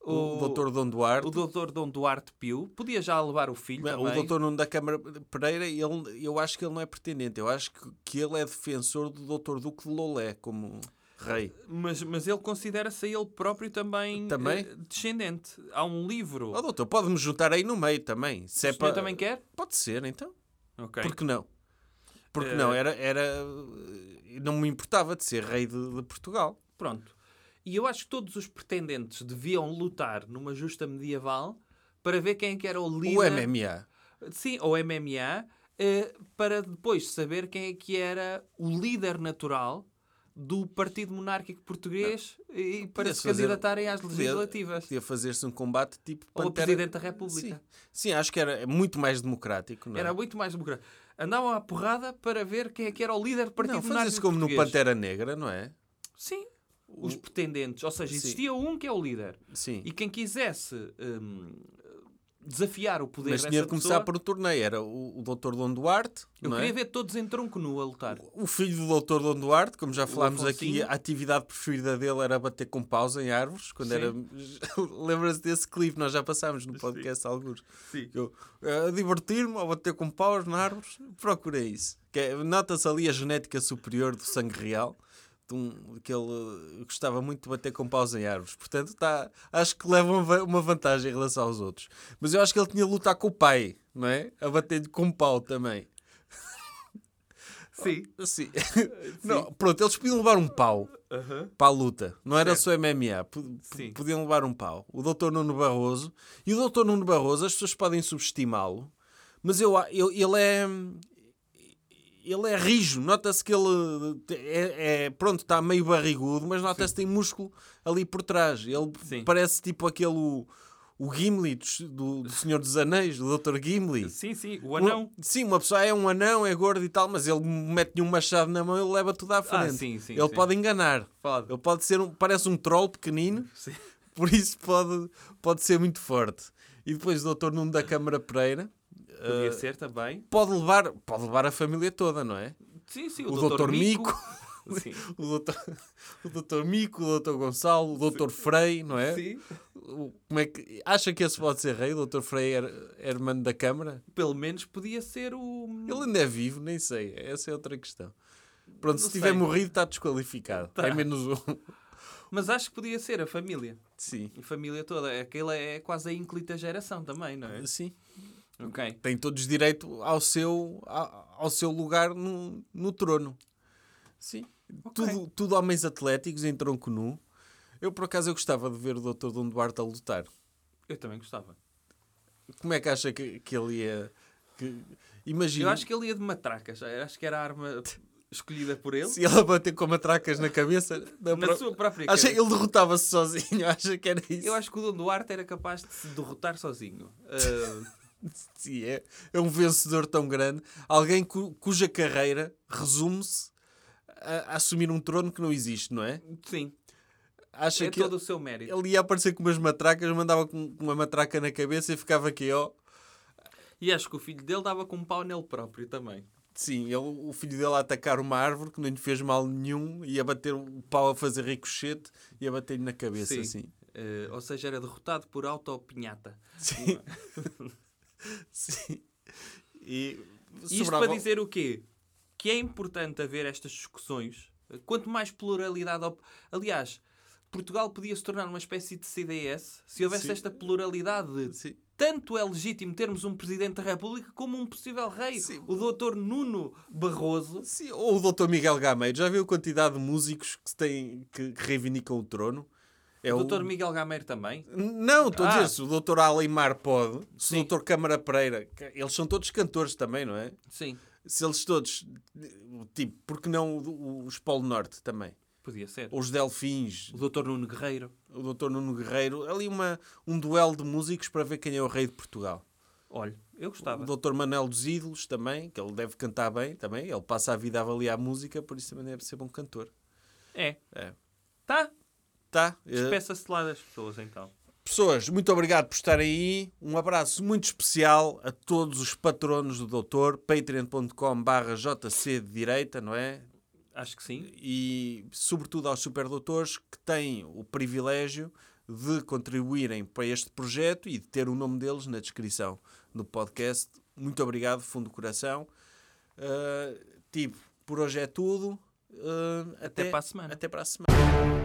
Speaker 2: O, doutor Dom Duarte.
Speaker 3: o doutor Dom Duarte Pio. Podia já levar o filho
Speaker 2: Bem,
Speaker 3: também.
Speaker 2: O doutor Nuno da Câmara Pereira, ele, eu acho que ele não é pretendente. Eu acho que, que ele é defensor do doutor Duque de Lolé como rei.
Speaker 3: Mas, mas ele considera-se a ele próprio também,
Speaker 2: Também?
Speaker 3: eh, descendente. Há um livro.
Speaker 2: Ó doutor, pode-me juntar aí no meio também. Se é
Speaker 3: o senhor
Speaker 2: pa-
Speaker 3: também quer?
Speaker 2: Pode ser, então.
Speaker 3: Ok.
Speaker 2: Porque não? Porque
Speaker 3: Eh,
Speaker 2: não, era, era. eh, Não me importava de ser rei de, de Portugal.
Speaker 3: Pronto. E eu acho que todos os pretendentes deviam lutar numa justa medieval para ver quem é que era o líder.
Speaker 2: O MMA.
Speaker 3: Sim, ou MMA, eh, para depois saber quem é que era o líder natural do Partido Monárquico Português e para
Speaker 2: Podia-se
Speaker 3: se
Speaker 2: fazer-
Speaker 3: candidatarem às
Speaker 2: podia-
Speaker 3: legislativas.
Speaker 2: Podia fazer-se um combate tipo.
Speaker 3: Ou a
Speaker 2: Pantera-
Speaker 3: Presidente da República.
Speaker 2: Sim. Sim, acho que era é muito mais democrático. Não é?
Speaker 3: Era muito mais democrático. Andavam à porrada para ver quem é que era o líder do Partido
Speaker 2: Não,
Speaker 3: Monárquico
Speaker 2: fazia-se como no
Speaker 3: Português.
Speaker 2: Pantera Negra, não é?
Speaker 3: Sim. Os pretendentes. Ou seja,
Speaker 2: Sim.
Speaker 3: existia um que é o líder.
Speaker 2: Sim.
Speaker 3: E quem quisesse hum, desafiar o poder
Speaker 2: Mas
Speaker 3: dessa
Speaker 2: tinha de começar
Speaker 3: pessoa,
Speaker 2: por um torneio. Era o, o Dr. Dom Duarte.
Speaker 3: Eu
Speaker 2: não é?
Speaker 3: queria ver todos em tronco nu a lutar.
Speaker 2: O filho do Dr. Dom Duarte, como já falámos aqui,
Speaker 3: Afonsinho.
Speaker 2: a atividade preferida dele era bater com paus em árvores. Quando era. Lembra-se desse clipe, nós já passámos no podcast alguns.
Speaker 3: Sim.
Speaker 2: Eu, eh, a divertir-me ou bater com paus na árvores, procura isso. Que é- Nota-se ali a genética superior do sangue real, de um- que ele eh, gostava muito de bater com paus em árvores. Portanto, tá, acho que leva uma va- uma vantagem em relação aos outros. Mas eu acho que ele tinha de lutar com o pai, não é? A bater com pau também.
Speaker 3: Sim.
Speaker 2: Assim, não, pronto, eles podiam levar um pau
Speaker 3: Aham.
Speaker 2: para a luta. Não era
Speaker 3: Certo.
Speaker 2: só MMA. P- p-
Speaker 3: Sim.
Speaker 2: Podiam levar um pau. O Dr. Nuno Barroso. E o Dr. Nuno Barroso, as pessoas podem subestimá-lo, mas eu, a- eu- ele é. Ele é rijo, nota-se que ele é, é- pronto, está meio barrigudo, mas nota-se que tem músculo ali por trás. Ele
Speaker 3: Sim.
Speaker 2: parece tipo aquele o, o Gimli dos- do, do Senhor dos Anéis, do Dr. Gimli.
Speaker 4: Sim, sim, o anão.
Speaker 2: Um- Sim, uma pessoa é um anão, é gordo e tal, mas ele mete-lhe um machado na mão e leva tudo à frente.
Speaker 4: Ah, sim, sim,
Speaker 2: ele
Speaker 4: sim.
Speaker 2: pode enganar.
Speaker 3: Pode.
Speaker 2: Ele pode ser um, parece um troll pequenino,
Speaker 4: Sim.
Speaker 2: por isso pode, pode ser muito forte. E depois o Dr. Nuno da Câmara Pereira
Speaker 4: Podia
Speaker 2: eh,
Speaker 4: ser também.
Speaker 2: pode levar, pode levar a família toda, não é?
Speaker 4: Sim, sim,
Speaker 2: o
Speaker 4: o,
Speaker 2: Dr.
Speaker 4: Dr. Mico. Sim.
Speaker 2: O Dr. o Dr. Mico, o Dr. Gonçalo, o Dr. Frei, não é?
Speaker 3: Sim.
Speaker 2: O- Como é que acha que esse pode ser rei? O Dr. Frei era hermano da Câmara?
Speaker 3: Pelo menos podia ser o.
Speaker 2: Ele ainda é vivo, nem sei. Essa é outra questão. Pronto, se
Speaker 3: Não
Speaker 2: tiver
Speaker 3: sei. Tá.
Speaker 2: morrido, está desqualificado. É menos um.
Speaker 3: Mas acho que podia ser a família.
Speaker 2: Sim.
Speaker 3: A família toda. Aquela é quase a ínclita geração também, não é?
Speaker 2: Sim.
Speaker 3: Ok.
Speaker 2: Tem todos direito ao seu, a- ao seu lugar no, no trono. Sim. Tudo, tudo homens atléticos em tronco nu. Eu, por acaso, eu gostava de ver o Dr. Dom Duarte a lutar.
Speaker 3: Eu também gostava.
Speaker 2: Como é que acha que, que ele ia... que- Imagina...
Speaker 3: Eu acho que ele ia de matracas. Eu Acho que era a arma escolhida por ele.
Speaker 2: Se ele bater com matracas na cabeça... da
Speaker 3: é Na
Speaker 2: pro-
Speaker 3: sua própria
Speaker 2: acha,
Speaker 3: cabeça.
Speaker 2: ele derrotava-se sozinho. Acha que era isso?
Speaker 3: Eu acho que o Dom Duarte era capaz de se derrotar sozinho. Ah,
Speaker 2: Sim, é, é um vencedor tão grande. Alguém cu- cuja carreira resume-se a, a assumir um trono que não existe, não é?
Speaker 3: sim.
Speaker 2: Acha
Speaker 3: É
Speaker 2: que
Speaker 3: todo o
Speaker 2: ele,
Speaker 3: seu mérito.
Speaker 2: ele ia aparecer com umas matracas, mandava com com uma matraca na cabeça e ficava aqui, ó.
Speaker 3: E acho que o filho dele dava com um pau nele próprio também.
Speaker 2: Sim, ele, o filho dele a atacar uma árvore que não lhe fez mal nenhum, ia bater o pau a fazer ricochete, ia bater-lhe na cabeça,
Speaker 3: Sim.
Speaker 2: assim.
Speaker 3: Ah, ou seja, era derrotado por autopinhata.
Speaker 2: Sim. Sim. E
Speaker 3: Isto
Speaker 2: sobrava-
Speaker 3: para dizer o quê? Que é importante haver estas discussões. Eh, Quanto mais pluralidade. op- Aliás, Portugal podia se tornar uma espécie de CDS se houvesse
Speaker 2: Sim.
Speaker 3: esta pluralidade.
Speaker 2: Sim.
Speaker 3: Tanto é legítimo termos um Presidente da República como um possível rei.
Speaker 2: Sim.
Speaker 3: O Dr. Nuno Barroso.
Speaker 2: Sim, ou o Dr. Miguel Gameiro, já viu a quantidade de músicos que, se têm, que reivindicam o trono? É
Speaker 3: o Dr. Miguel Gameiro também.
Speaker 2: Não, estou a
Speaker 3: Ah.
Speaker 2: dizer, se o Dr. Alemar pode, se
Speaker 3: Sim.
Speaker 2: o Dr. Câmara Pereira, que eles são todos cantores também, não é?
Speaker 3: Sim.
Speaker 2: Se eles todos, tipo, porque não o- os Polo Norte também?
Speaker 3: Podia ser.
Speaker 2: Ou os Delfins,
Speaker 3: O Dr. Nuno Guerreiro.
Speaker 2: o Dr. Nuno Guerreiro, ali uma, um duelo de músicos para ver quem é o rei de Portugal.
Speaker 3: Olha, eu gostava.
Speaker 2: O Dr. Manel dos Ídolos também, que ele deve cantar bem também, ele passa a vida a avaliar música, por isso também deve ser bom cantor.
Speaker 3: É.
Speaker 2: É.
Speaker 3: Tá.
Speaker 2: Tá? eh,
Speaker 3: Despeça-se lá das pessoas então.
Speaker 2: Pessoas, muito obrigado por estarem aí. Um abraço muito especial a todos os patronos do Doutor, patreon.com barra JC de direita, não é?
Speaker 3: Acho que sim.
Speaker 2: E sobretudo aos superdoutores que têm o privilégio de contribuírem para este projeto e de ter o nome deles na descrição do podcast. Muito obrigado, fundo do coração. Uh, tipo, por hoje é tudo. Uh, até,
Speaker 3: para a semana.
Speaker 2: Até para a semana.